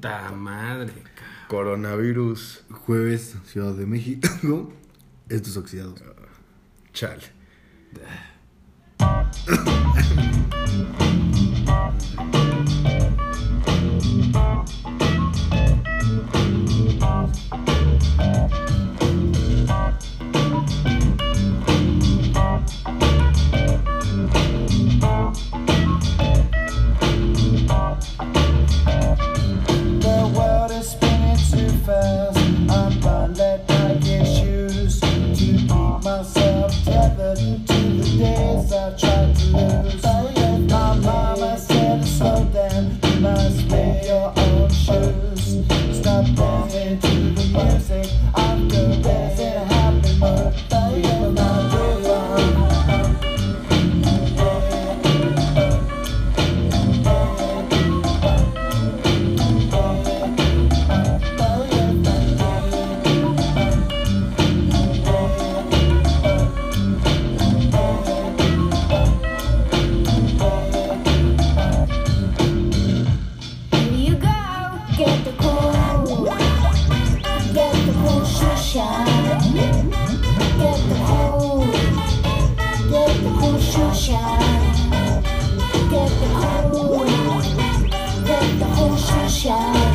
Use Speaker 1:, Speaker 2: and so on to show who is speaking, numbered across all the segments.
Speaker 1: Ta madre.
Speaker 2: Coronavirus.
Speaker 3: Jueves, Ciudad de México. Estos oxidados.
Speaker 2: Chale.
Speaker 4: The world is spinning too fast. I'm bound led by issues to keep myself tethered to the days I tried to lose. My mama said to slow down. You must wear your own shoes. Stop dancing to the music. I'm the dancing happy mode. Feel my rhythm.
Speaker 5: Here you go, get the cool, get the cool shine, get the cool, get the cool shine, get the cool, get the cool shine,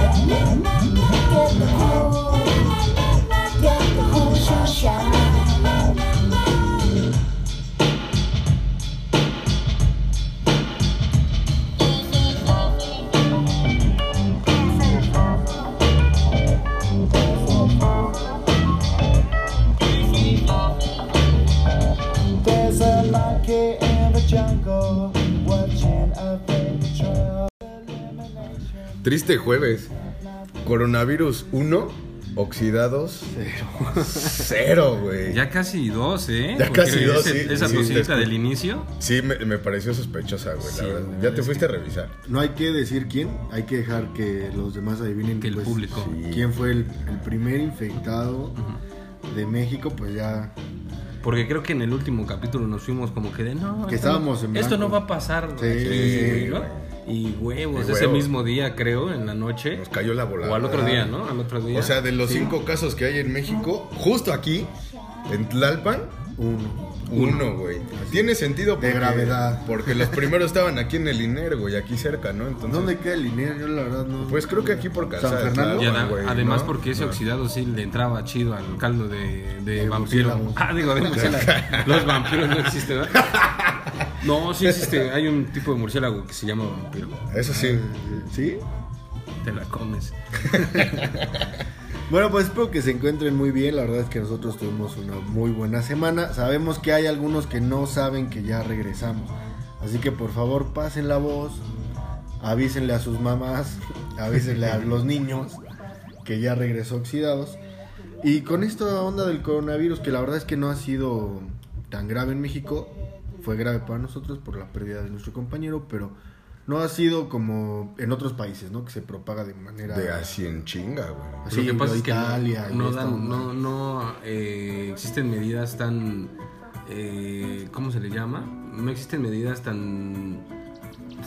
Speaker 5: get the cool, get the cool shine.
Speaker 4: There's a monkey in the jungle watching a baby trial.
Speaker 2: Triste jueves. Coronavirus 1, oxidados 0, güey.
Speaker 1: Ya casi dos, ¿eh?
Speaker 2: Ya
Speaker 1: Porque
Speaker 2: casi dos, sí,
Speaker 1: Esa
Speaker 2: sí,
Speaker 1: cosita
Speaker 2: te
Speaker 1: del inicio.
Speaker 2: Sí, me, me pareció sospechosa, güey,
Speaker 1: Sí,
Speaker 2: la verdad.
Speaker 1: la
Speaker 2: Ya
Speaker 1: verdad
Speaker 2: te
Speaker 1: es
Speaker 2: fuiste
Speaker 1: que-
Speaker 2: a revisar.
Speaker 3: No hay que decir quién, hay que dejar que los demás adivinen. pues,
Speaker 1: Que el público.
Speaker 3: ¿Quién fue el, el primer infectado de México? Pues ya.
Speaker 1: Porque creo que en el último capítulo nos fuimos como que de no.
Speaker 3: Que
Speaker 1: esto
Speaker 3: estábamos
Speaker 1: no-
Speaker 3: en
Speaker 1: Esto
Speaker 3: blanco.
Speaker 1: no va a pasar.
Speaker 3: Sí,
Speaker 1: aquí,
Speaker 3: sí,
Speaker 1: güey, ¿no?
Speaker 2: güey.
Speaker 1: Y huevos,
Speaker 2: Y
Speaker 1: ese
Speaker 2: huevo.
Speaker 1: mismo día, creo, en la noche.
Speaker 2: Nos cayó la volada.
Speaker 1: O al otro día, ¿no? Al otro día.
Speaker 2: O sea, de los cinco casos que hay en México, justo aquí, en Tlalpan,
Speaker 3: Uno.
Speaker 2: uno, güey. Tiene sentido
Speaker 3: De gravedad.
Speaker 2: Porque los primeros estaban aquí en el INER, güey, aquí cerca, ¿no? Entonces,
Speaker 3: ¿Dónde queda el dinero? Yo la verdad no.
Speaker 2: Pues creo que aquí por
Speaker 3: San
Speaker 2: Calzada de
Speaker 3: Fernando.
Speaker 1: Y
Speaker 2: Tlalpan,
Speaker 1: ada-
Speaker 2: güey,
Speaker 1: además
Speaker 2: ¿no?
Speaker 1: porque ese
Speaker 2: No.
Speaker 1: oxidado sí le entraba chido al caldo de, de
Speaker 3: De
Speaker 1: vampiro.
Speaker 3: murciélago.
Speaker 1: Ah, digo, de murciélago. Los vampiros no existen, ¿verdad? No, sí existe. Hay un tipo de murciélago que se llama vampiro.
Speaker 2: Eso sí.
Speaker 3: ¿Sí?
Speaker 1: Te la comes.
Speaker 3: Bueno, pues espero que se encuentren muy bien. La verdad es que nosotros tuvimos una muy buena semana. Sabemos que hay algunos que no saben que ya regresamos. Así que por favor, pasen la voz. Avísenle a sus mamás, avísenle a los niños que ya regresó oxidados. Y con esta onda del coronavirus, que la verdad es que no ha sido tan grave en México, fue grave para nosotros por la pérdida de nuestro compañero, pero no ha sido como en otros países, ¿no? Que se propaga de manera
Speaker 2: De así en chinga, güey.
Speaker 3: Así
Speaker 1: Lo que pasa
Speaker 3: lo
Speaker 1: es que no-
Speaker 3: Italia,
Speaker 1: no,
Speaker 3: y esta
Speaker 1: dan-
Speaker 3: onda.
Speaker 1: no- no, eh, existen medidas tan... eh, ¿Cómo se le llama? No existen medidas tan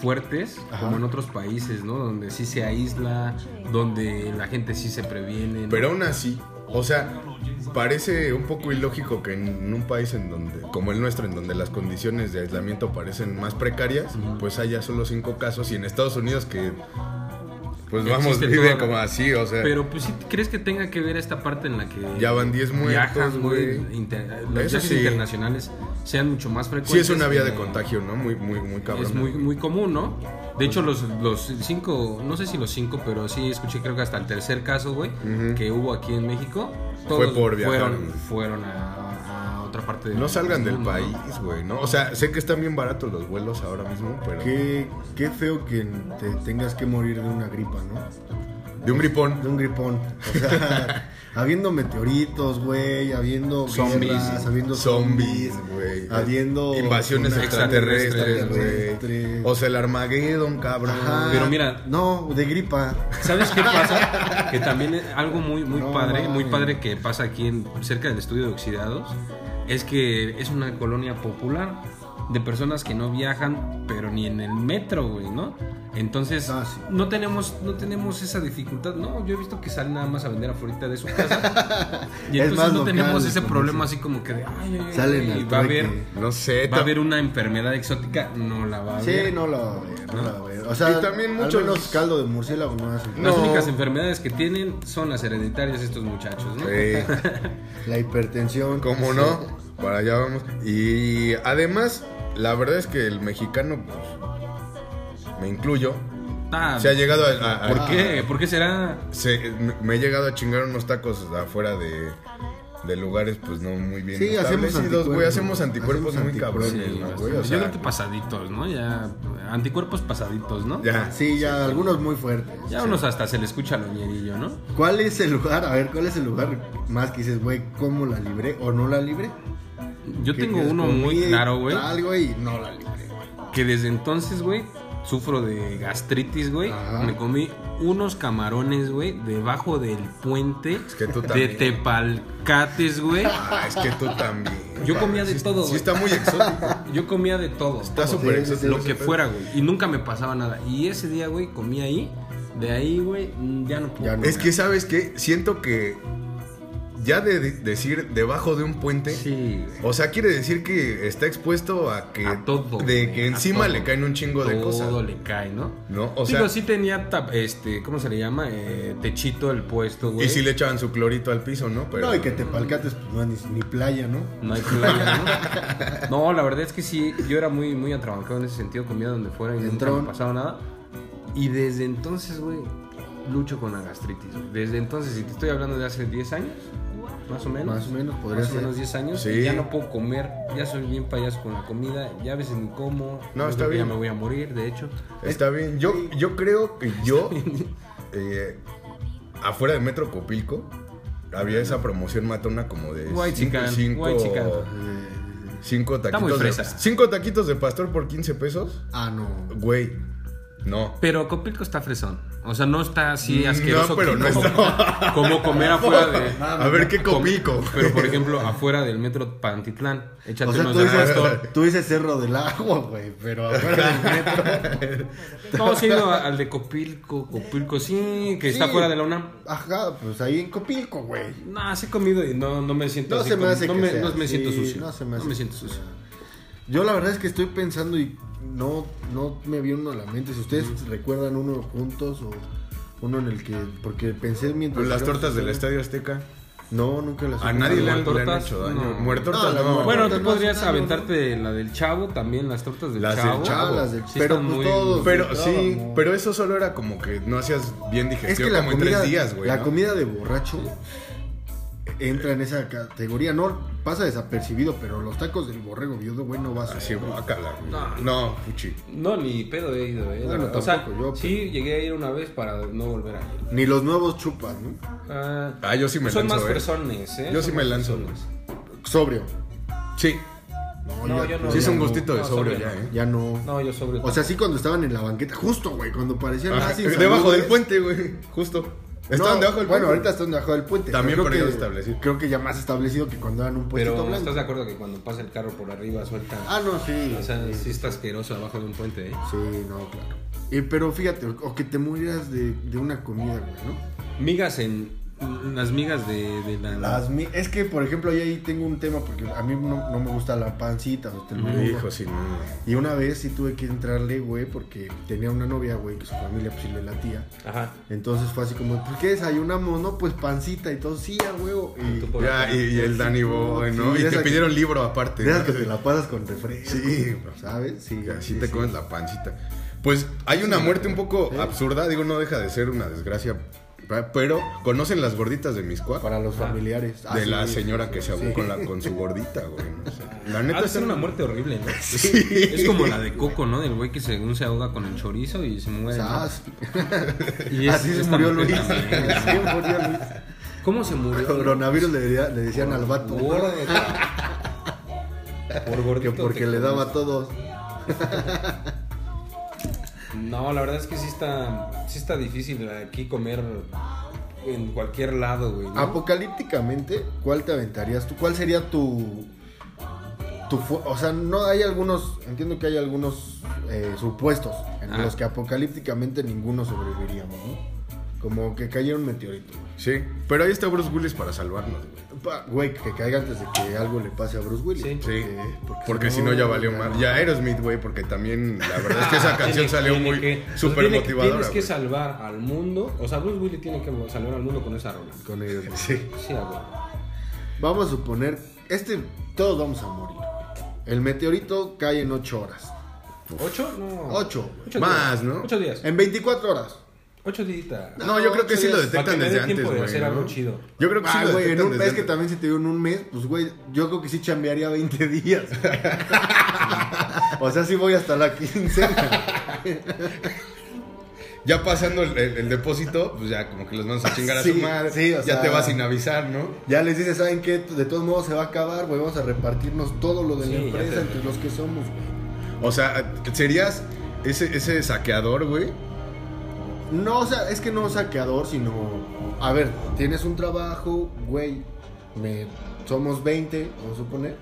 Speaker 1: fuertes
Speaker 3: Ajá.
Speaker 1: como en otros países, ¿no? Donde sí se aísla, donde la gente sí se previene. ¿no?
Speaker 2: Pero aún así, o sea, parece un poco ilógico que en un país en donde, como el nuestro, en donde las condiciones de aislamiento parecen más precarias, pues haya solo cinco casos y en Estados Unidos que, pues
Speaker 1: Que
Speaker 2: vamos,
Speaker 1: existe
Speaker 2: vive
Speaker 1: todo.
Speaker 2: como así, o sea,
Speaker 1: Pero pues sí, ¿crees que tenga que ver esta parte en la que
Speaker 2: Ya van 10 muertos,
Speaker 1: viajas, güey,
Speaker 2: güey.
Speaker 1: inter- los
Speaker 2: Eso
Speaker 1: viajes
Speaker 2: sí.
Speaker 1: internacionales sean mucho más frecuentes?
Speaker 2: sí es una vía de
Speaker 1: que-
Speaker 2: contagio, ¿no? Muy, muy, muy cabrón.
Speaker 1: Es muy, muy común, ¿no? De hecho, los, los cinco, no sé si los cinco, pero sí escuché creo que hasta el tercer caso, güey, que hubo aquí en México.
Speaker 2: Fue por viajar,
Speaker 1: Fueron,
Speaker 2: güey.
Speaker 1: fueron a, a otra parte del
Speaker 2: No salgan del
Speaker 1: mundo, ¿no?
Speaker 2: país, güey, ¿no? O sea, sé que están bien baratos los vuelos ahora mismo, pero...
Speaker 3: Qué, qué feo que te tengas que morir de una gripa, ¿no?
Speaker 2: De un
Speaker 3: De
Speaker 2: gripón.
Speaker 3: un gripón. O sea, habiendo meteoritos, güey, habiendo
Speaker 2: Zombies.
Speaker 3: guerras, habiendo
Speaker 2: Zombies,
Speaker 3: zombies,
Speaker 2: güey.
Speaker 3: habiendo
Speaker 2: Invasiones
Speaker 3: una-
Speaker 2: extraterrestres, güey.
Speaker 3: extraterrestres.
Speaker 2: O sea, el Armageddon, cabrón.
Speaker 3: Ajá.
Speaker 1: Pero mira-
Speaker 3: no, de gripa.
Speaker 1: ¿Sabes qué pasa? Que también es algo muy, muy
Speaker 3: No
Speaker 1: padre, muy
Speaker 3: mames.
Speaker 1: padre que pasa aquí en, cerca del estudio de Oxidados, es que es una colonia popular de personas que no viajan, pero ni en el metro, güey, ¿no? Entonces,
Speaker 3: Ah, sí.
Speaker 1: no, tenemos, no tenemos esa dificultad. No, yo he visto que salen nada más a vender afuera de su casa. y
Speaker 3: Es
Speaker 1: entonces
Speaker 3: más
Speaker 1: no
Speaker 3: local,
Speaker 1: tenemos ese
Speaker 3: como
Speaker 1: problema
Speaker 3: dicen.
Speaker 1: así como que de, ay, ay, ay,
Speaker 3: Salen
Speaker 1: y
Speaker 3: al
Speaker 1: va a
Speaker 3: trueque.
Speaker 1: haber,
Speaker 2: No sé.
Speaker 1: va a
Speaker 2: tam-
Speaker 1: haber una enfermedad exótica. No la va a haber.
Speaker 3: Sí, no la va a ver, no la va a ver. O sea,
Speaker 2: Y también
Speaker 3: al
Speaker 2: muchos-
Speaker 3: menos caldo de murciélago no hace.
Speaker 1: Las
Speaker 2: No.
Speaker 1: únicas enfermedades que tienen son las hereditarias estos muchachos, ¿no?
Speaker 2: Sí.
Speaker 3: La hipertensión.
Speaker 2: eh, ¿Cómo no? Para allá vamos. Y además, la verdad es que el mexicano, pues, me incluyo,
Speaker 1: Ah,
Speaker 2: se ha llegado Ah. a... a- a-
Speaker 1: ¿Por qué? ¿Por qué será?
Speaker 2: se- me, me he llegado a chingar unos tacos afuera de, de lugares, pues no muy bien.
Speaker 3: Sí, hacemos
Speaker 2: establecidos, güey.
Speaker 3: anticuerpos.
Speaker 2: Hacemos anticuerpos
Speaker 3: Hacemos
Speaker 2: muy
Speaker 3: anticuerpos.
Speaker 2: cabrones,
Speaker 1: Sí, pues,
Speaker 2: ¿no, Pues, güey? O
Speaker 1: yo
Speaker 2: sea,
Speaker 1: creo que pasaditos, ¿no? Ya anticuerpos pasaditos, ¿no?
Speaker 2: ya.
Speaker 3: Sí, ya algunos muy fuertes.
Speaker 1: Ya unos hasta se le escucha lo ñerillo, ¿no?
Speaker 3: ¿Cuál es el lugar? A ver, ¿cuál es el lugar más que dices, güey, cómo la libré o no la libré?
Speaker 1: Yo
Speaker 3: Que
Speaker 1: tengo
Speaker 3: dices,
Speaker 1: uno muy
Speaker 3: comí
Speaker 1: claro, güey,
Speaker 3: Tal, güey, y no la libré. güey.
Speaker 1: que desde entonces, güey, sufro de gastritis, güey.
Speaker 3: Ajá.
Speaker 1: Me comí unos camarones, güey, debajo del puente
Speaker 2: que tú
Speaker 1: de
Speaker 2: también.
Speaker 1: Tepalcates, güey.
Speaker 2: Ah, es que tú también.
Speaker 1: Yo comía de
Speaker 2: Sí,
Speaker 1: todo,
Speaker 2: Sí,
Speaker 1: güey.
Speaker 2: está muy exótico.
Speaker 1: Yo comía de todo.
Speaker 2: Está
Speaker 1: todo.
Speaker 2: súper
Speaker 3: Sí, sí,
Speaker 2: exótico.
Speaker 1: lo que fuera, güey. Y nunca me pasaba nada. Y ese día, güey, comí ahí. De ahí, güey, mm, ya no puedo.
Speaker 3: Ya no.
Speaker 2: Es que, ¿sabes qué? Siento que ya de de- decir debajo de un puente,
Speaker 1: Sí, güey.
Speaker 2: o sea, quiere decir que está expuesto a que...
Speaker 1: A todo.
Speaker 2: eh, De
Speaker 1: güey,
Speaker 2: que
Speaker 1: a
Speaker 2: encima
Speaker 1: todo.
Speaker 2: le caen un chingo de cosas.
Speaker 1: Todo le cae, ¿no?
Speaker 2: ¿No? O
Speaker 1: Digo,
Speaker 2: sea,
Speaker 1: sí tenía, tap- este, ¿cómo se le llama? Eh, techito el puesto, güey.
Speaker 2: y si le echaban su clorito al piso, ¿no? Pero,
Speaker 3: No, y que te palcates, pues no es ni, ni playa, ¿no?
Speaker 1: No hay playa, ¿no? No, la verdad es que sí, yo era muy, muy atrabancado en ese sentido, comía donde fuera y nunca
Speaker 3: Entrón.
Speaker 1: me pasaba nada. Y desde entonces, güey, lucho con la gastritis, güey. Desde entonces, si te estoy hablando de hace 10 años, más o menos.
Speaker 3: Más o menos, podría
Speaker 1: Más o
Speaker 3: ser.
Speaker 1: menos 10 años.
Speaker 2: Sí.
Speaker 1: y Ya no puedo comer, ya soy bien payaso con la comida, ya a veces ni como.
Speaker 2: No,
Speaker 1: yo
Speaker 2: está
Speaker 1: creo que Ya
Speaker 2: bien.
Speaker 1: me voy a morir, de hecho.
Speaker 2: Está bien. Yo, yo creo que yo, eh, afuera de Metro Copilco, había esa promoción matona como de
Speaker 1: White
Speaker 2: cinco-
Speaker 1: chican,
Speaker 2: cinco-
Speaker 1: white chican.
Speaker 3: Eh,
Speaker 2: cinco
Speaker 1: Está muy
Speaker 2: taquitos de-
Speaker 1: fresa.
Speaker 2: cinco taquitos de pastor por 15 pesos.
Speaker 3: Ah, no.
Speaker 2: Güey, no.
Speaker 1: Pero Copilco está fresón. O sea, no está así asqueroso.
Speaker 2: Mm, No, pero
Speaker 1: que-
Speaker 2: no
Speaker 1: como,
Speaker 2: está.
Speaker 1: como comer afuera de.
Speaker 2: A ver qué comico.
Speaker 1: Pero por ejemplo, afuera del metro Pantitlán, échate
Speaker 3: O sea,
Speaker 1: unos
Speaker 3: tú
Speaker 1: de
Speaker 3: dices,
Speaker 1: pastor.
Speaker 3: tú dices cerro del agua, güey, pero afuera del metro.
Speaker 1: No, sí, he ido al de Copilco, Copilco, sí, que está
Speaker 3: Sí.
Speaker 1: fuera de la UNAM.
Speaker 3: Ajá, pues ahí en Copilco, güey.
Speaker 1: No, sí he comido y no, no me siento
Speaker 3: No
Speaker 1: así
Speaker 3: se me
Speaker 1: como-
Speaker 3: hace
Speaker 1: no
Speaker 3: que
Speaker 1: me,
Speaker 3: sea
Speaker 1: no me siento
Speaker 3: así,
Speaker 1: sucio.
Speaker 3: no se me hace que
Speaker 1: siento sucio.
Speaker 3: Yo la verdad es que estoy pensando y no, no me vi uno a la mente. Si ustedes recuerdan uno juntos o uno en el que. Porque pensé mientras.
Speaker 2: Las
Speaker 3: yo-
Speaker 2: tortas del Estadio Azteca.
Speaker 3: No, nunca las.
Speaker 2: A nadie le han, le han
Speaker 1: Muertortas,
Speaker 2: hecho daño.
Speaker 1: no.
Speaker 3: No,
Speaker 2: Muertortas
Speaker 3: las
Speaker 2: no.
Speaker 1: Bueno,
Speaker 3: no,
Speaker 1: tú
Speaker 3: no,
Speaker 1: podrías
Speaker 3: no, no.
Speaker 1: aventarte la del chavo, también las tortas del
Speaker 2: Las del
Speaker 1: chavo.
Speaker 2: Chavo,
Speaker 3: las del-
Speaker 1: Sí
Speaker 3: pero
Speaker 1: están
Speaker 3: pues
Speaker 1: muy-
Speaker 3: todos-
Speaker 2: Pero sí,
Speaker 3: Entraba,
Speaker 2: pero eso solo era como que no hacías bien digestión
Speaker 3: Es que la
Speaker 2: como
Speaker 3: comida,
Speaker 2: en tres días, güey.
Speaker 3: la
Speaker 2: ¿no?
Speaker 3: comida de borracho entra en esa categoría. No pasa desapercibido, pero los tacos del borrego viudo, güey, no vas a.
Speaker 2: Así, guácala, Ah, güey.
Speaker 1: No.
Speaker 2: No, fuchi.
Speaker 1: No, ni pedo he ido, eh. la
Speaker 3: Bueno,
Speaker 1: verdad. o sea,
Speaker 3: tampoco yo,
Speaker 1: sí llegué a ir una vez para no volver a ir.
Speaker 3: Ni los nuevos chupas, ¿no?
Speaker 1: Ah,
Speaker 2: Ah, yo sí me
Speaker 1: Son
Speaker 2: lanzo,
Speaker 1: más
Speaker 2: eh.
Speaker 1: personas, eh.
Speaker 2: Yo
Speaker 1: Son
Speaker 2: sí me
Speaker 1: más
Speaker 2: lanzo.
Speaker 1: fresones.
Speaker 3: Sobrio. pues,
Speaker 2: Sí,
Speaker 1: No, yo no.
Speaker 2: sí es
Speaker 1: ya
Speaker 2: un
Speaker 1: no.
Speaker 2: gustito de
Speaker 1: No,
Speaker 2: sobrio
Speaker 1: sobrio
Speaker 2: ya,
Speaker 1: no.
Speaker 2: ¿eh?
Speaker 3: Ya no.
Speaker 1: No, yo sobre
Speaker 3: O sea, sí cuando estaban en la banqueta, justo, güey, cuando parecían
Speaker 1: Ah,
Speaker 2: Ajá,
Speaker 3: más
Speaker 2: debajo del
Speaker 3: insalubres.
Speaker 2: puente, güey. Justo.
Speaker 3: No,
Speaker 2: Estaban debajo del
Speaker 3: Bueno, ahorita
Speaker 2: puente.
Speaker 3: están debajo del puente.
Speaker 2: También
Speaker 3: pero
Speaker 2: por ello establecido.
Speaker 3: Creo que ya más establecido que cuando eran un puentito
Speaker 1: Pero
Speaker 3: blanco.
Speaker 1: estás de acuerdo que cuando pasa el carro por arriba suelta.
Speaker 3: Ah, no, sí.
Speaker 1: o sea, sí está asqueroso abajo de un puente, ¿eh?
Speaker 3: Sí, no, claro. Y, pero fíjate, o o que te murieras de, de una comida, güey, ¿no?
Speaker 1: Migas en. Las migas de, de la.
Speaker 3: Las mi- Es que, por ejemplo, yo ahí tengo un tema porque a mí no, no me gusta la pancita. o sea, el menudo.
Speaker 2: Hijo, sí, no.
Speaker 3: Y una vez sí tuve que entrarle, güey, porque tenía una novia, güey, que su familia pues sí le latía.
Speaker 1: Ajá.
Speaker 3: Entonces fue así como, ¿por qué desayunamos? No, pues pancita y todo. Sí, a huevo.
Speaker 2: Ah,
Speaker 3: Y
Speaker 1: Tú por
Speaker 2: Ya,
Speaker 1: acá.
Speaker 2: y, y el Danny Boy, ¿no?
Speaker 3: Sí, de
Speaker 2: y te
Speaker 3: esa que-
Speaker 2: pidieron libro aparte.
Speaker 3: de esas
Speaker 2: ¿no?
Speaker 3: que te la pasas con refresco.
Speaker 2: Sí,
Speaker 3: ¿sabes? Sí.
Speaker 2: Y así
Speaker 3: sí,
Speaker 2: te
Speaker 3: sí.
Speaker 2: comes la pancita. Pues hay una muerte un poco absurda, digo, no deja de ser una desgracia. pa- Pero, ¿conocen las gorditas de Miscuac?
Speaker 3: Para los familiares. Ah,
Speaker 2: de
Speaker 3: sí,
Speaker 2: la
Speaker 3: sí,
Speaker 2: señora que se ahogó
Speaker 3: sí.
Speaker 2: con, la, con su gordita, güey. no sé. La
Speaker 1: Ha
Speaker 2: neta
Speaker 1: de
Speaker 2: es
Speaker 1: ser Ah, una muerte horrible, ¿no? Es como la de Coco, ¿no? Del güey que según se ahoga con el chorizo y se muere. ¿no?
Speaker 3: Sas.
Speaker 1: Y es-
Speaker 3: Ah, Así se
Speaker 1: esta
Speaker 3: murió
Speaker 1: mujer
Speaker 3: Luis.
Speaker 1: también.
Speaker 3: Así murió Luis.
Speaker 1: ¿Cómo se murió?
Speaker 3: Coronavirus le, diría- le decían al vato.
Speaker 1: Gordo, Por
Speaker 3: Que
Speaker 1: gordito
Speaker 3: porque
Speaker 1: te
Speaker 3: le daba
Speaker 1: comes.
Speaker 3: a todos.
Speaker 1: No, la verdad es que sí está, sí está difícil aquí comer en cualquier lado, güey.
Speaker 3: Ah,
Speaker 1: ¿no?
Speaker 3: Apocalípticamente, ¿cuál te aventarías tú? ¿Cuál sería tu. tu fu- o sea, no hay algunos. Entiendo que hay algunos eh, supuestos en
Speaker 1: Ah.
Speaker 3: los que apocalípticamente ninguno sobreviviríamos, ¿no? Como que cayera un meteorito. güey.
Speaker 2: Sí, pero ahí está Bruce Willis para salvarnos, güey.
Speaker 3: Pa- Güey, que caiga antes de que algo le pase a Bruce Willis.
Speaker 1: Sí.
Speaker 2: Sí, porque si no ya valió mal. Ya Aerosmith, güey, porque también la verdad es que esa
Speaker 1: Ah,
Speaker 2: canción
Speaker 1: tiene-
Speaker 2: salió
Speaker 1: tiene
Speaker 2: muy
Speaker 1: que- pues
Speaker 2: súper
Speaker 1: tiene que-
Speaker 2: motivadora.
Speaker 1: Tienes que
Speaker 2: güey.
Speaker 1: salvar al mundo. O sea, Bruce Willis tiene que salvar al mundo con esa rola.
Speaker 3: Con ellos. güey.
Speaker 2: Sí.
Speaker 1: Sí, a huevo.
Speaker 3: Vamos a suponer, este, todos vamos a morir. güey. El meteorito cae en 8 horas.
Speaker 1: ¿Ocho? No.
Speaker 3: Ocho.
Speaker 1: Ocho
Speaker 2: Más,
Speaker 1: días.
Speaker 2: ¿no? Em-
Speaker 1: Ocho días.
Speaker 3: En 24 horas.
Speaker 1: Ocho días.
Speaker 2: No, yo creo que sí lo detectan
Speaker 1: Para que me dé
Speaker 2: desde antes,
Speaker 1: tiempo de
Speaker 2: güey.
Speaker 1: hacer
Speaker 2: ¿no?
Speaker 1: algo chido.
Speaker 2: Yo creo que sí
Speaker 3: Ah,
Speaker 2: lo
Speaker 3: güey, en
Speaker 2: detectan
Speaker 3: un mes
Speaker 2: desde
Speaker 3: que
Speaker 2: antes.
Speaker 3: también se te dio en un mes, pues güey, yo creo que sí chambearía 20 días. o sea, sí voy hasta la quincena.
Speaker 2: Ya pasando el, el- el depósito, pues ya como que los mandas a chingar
Speaker 3: Sí,
Speaker 2: a su madre.
Speaker 3: sí, o
Speaker 2: ya
Speaker 3: sea-
Speaker 2: te vas sin avisar, ¿no?
Speaker 3: Ya les dices, ¿saben qué? De todos modos se va a acabar, güey, vamos a repartirnos todo lo de la
Speaker 1: Sí, ya
Speaker 3: empresa
Speaker 1: te-
Speaker 3: entre los que somos, güey.
Speaker 2: O sea, serías ese, ese saqueador, güey.
Speaker 3: No, o sea, es que no saqueador, sino... A ver, tienes un trabajo, güey, me... somos 20, vamos a suponer.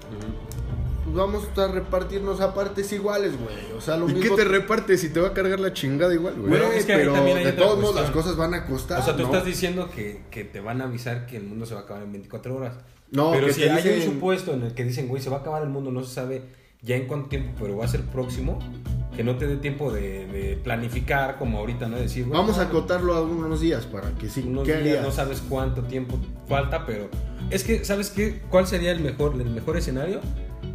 Speaker 3: Pues vamos a repartirnos a partes iguales, güey. O sea, lo
Speaker 2: ¿Y qué
Speaker 3: mismo...
Speaker 2: te repartes si te va a cargar la chingada igual, güey?
Speaker 1: Bueno,
Speaker 3: Güey,
Speaker 1: es que ahí
Speaker 3: pero
Speaker 1: también hay
Speaker 3: de
Speaker 1: otra
Speaker 3: todos modos las
Speaker 1: cuestión.
Speaker 3: cosas van a
Speaker 2: Ah,
Speaker 3: costar.
Speaker 1: O sea, tú
Speaker 3: ¿no?
Speaker 1: estás diciendo que, que te van a avisar que el mundo se va a acabar en 24 horas.
Speaker 3: No,
Speaker 1: pero
Speaker 3: que
Speaker 1: si
Speaker 3: te
Speaker 1: hay
Speaker 3: dicen-
Speaker 1: un supuesto en el que dicen, güey, se va a acabar el mundo, no se sabe ya en cuánto tiempo, pero va a ser próximo, que no te dé tiempo de, de planificar como ahorita, ¿no? Decir, güey,
Speaker 3: Vamos a
Speaker 1: no,
Speaker 3: acotarlo algunos días para que sí.
Speaker 1: unos
Speaker 3: ¿Qué
Speaker 1: días,
Speaker 3: harías?
Speaker 1: no sabes cuánto tiempo falta, pero es que, ¿sabes qué? ¿Cuál sería el mejor, el mejor escenario?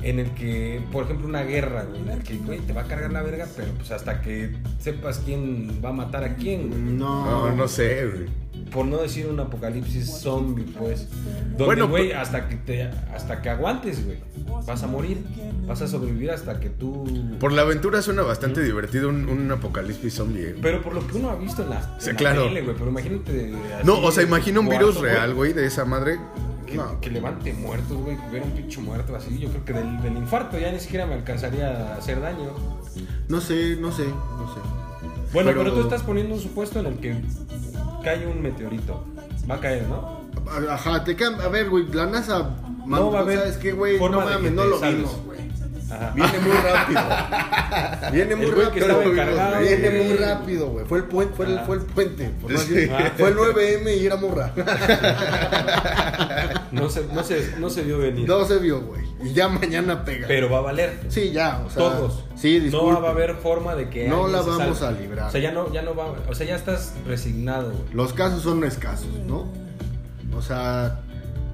Speaker 1: En el que, por ejemplo, una guerra, güey, en el que, güey, te va a cargar la verga, pero pues hasta que sepas quién va a matar a quién, güey.
Speaker 3: No,
Speaker 2: No, no sé, güey.
Speaker 1: por no decir un apocalipsis zombie, pues. Donde,
Speaker 2: Bueno,
Speaker 1: güey,
Speaker 2: pero-
Speaker 1: hasta que te, hasta que aguantes, güey. Vas a morir, vas a sobrevivir hasta que tú.
Speaker 2: Por la aventura suena bastante divertido un, un apocalipsis zombie. eh.
Speaker 1: Pero por lo que uno ha visto en la, en
Speaker 2: Sí,
Speaker 1: la
Speaker 2: claro.
Speaker 1: tele, güey. Pero imagínate. así,
Speaker 2: No, o sea, imagina un
Speaker 1: muerto,
Speaker 2: virus
Speaker 1: güey,
Speaker 2: real, güey, de esa madre.
Speaker 3: Eh,
Speaker 1: Que, que levante muertos, güey. Que hubiera un pinche muerto así. Yo creo que del, del infarto ya ni siquiera me alcanzaría a hacer daño.
Speaker 3: no sé, no sé, no sé.
Speaker 1: Bueno,
Speaker 2: Pero-
Speaker 1: pero tú estás poniendo un supuesto en el que cae un meteorito. Va a caer, ¿no?
Speaker 3: A- Ajá, te cam- A ver, güey, la NASA. mandó-
Speaker 1: va a haber
Speaker 3: ¿Sabes qué, güey? No
Speaker 1: forma de que
Speaker 3: mames, no
Speaker 1: te
Speaker 3: lo
Speaker 1: salves.
Speaker 3: vimos, güey.
Speaker 1: Ajá.
Speaker 3: Viene muy rápido. Viene muy
Speaker 1: El güey que
Speaker 3: rápido.
Speaker 1: estaba
Speaker 3: güey.
Speaker 1: encargado,
Speaker 3: Viene
Speaker 1: güey.
Speaker 3: muy rápido, güey. Fue el puente, fue el,
Speaker 1: Ah.
Speaker 3: fue el puente. por no
Speaker 2: Sí.
Speaker 3: decir-
Speaker 1: Ah.
Speaker 3: Fue el 9M y era morra.
Speaker 1: No se, no se, no se vio venir.
Speaker 3: No se vio, güey. Y ya mañana pega.
Speaker 1: Pero va a valer.
Speaker 3: Sí, ya, o sea.
Speaker 1: todos.
Speaker 3: Sí, disculpe.
Speaker 1: No va a haber forma de que
Speaker 3: No
Speaker 1: alguien
Speaker 3: la
Speaker 1: se
Speaker 3: vamos
Speaker 1: salve.
Speaker 3: a librar.
Speaker 1: O sea, ya no, ya no va, o sea, ya estás resignado, güey.
Speaker 3: Los casos son escasos, ¿no? O sea,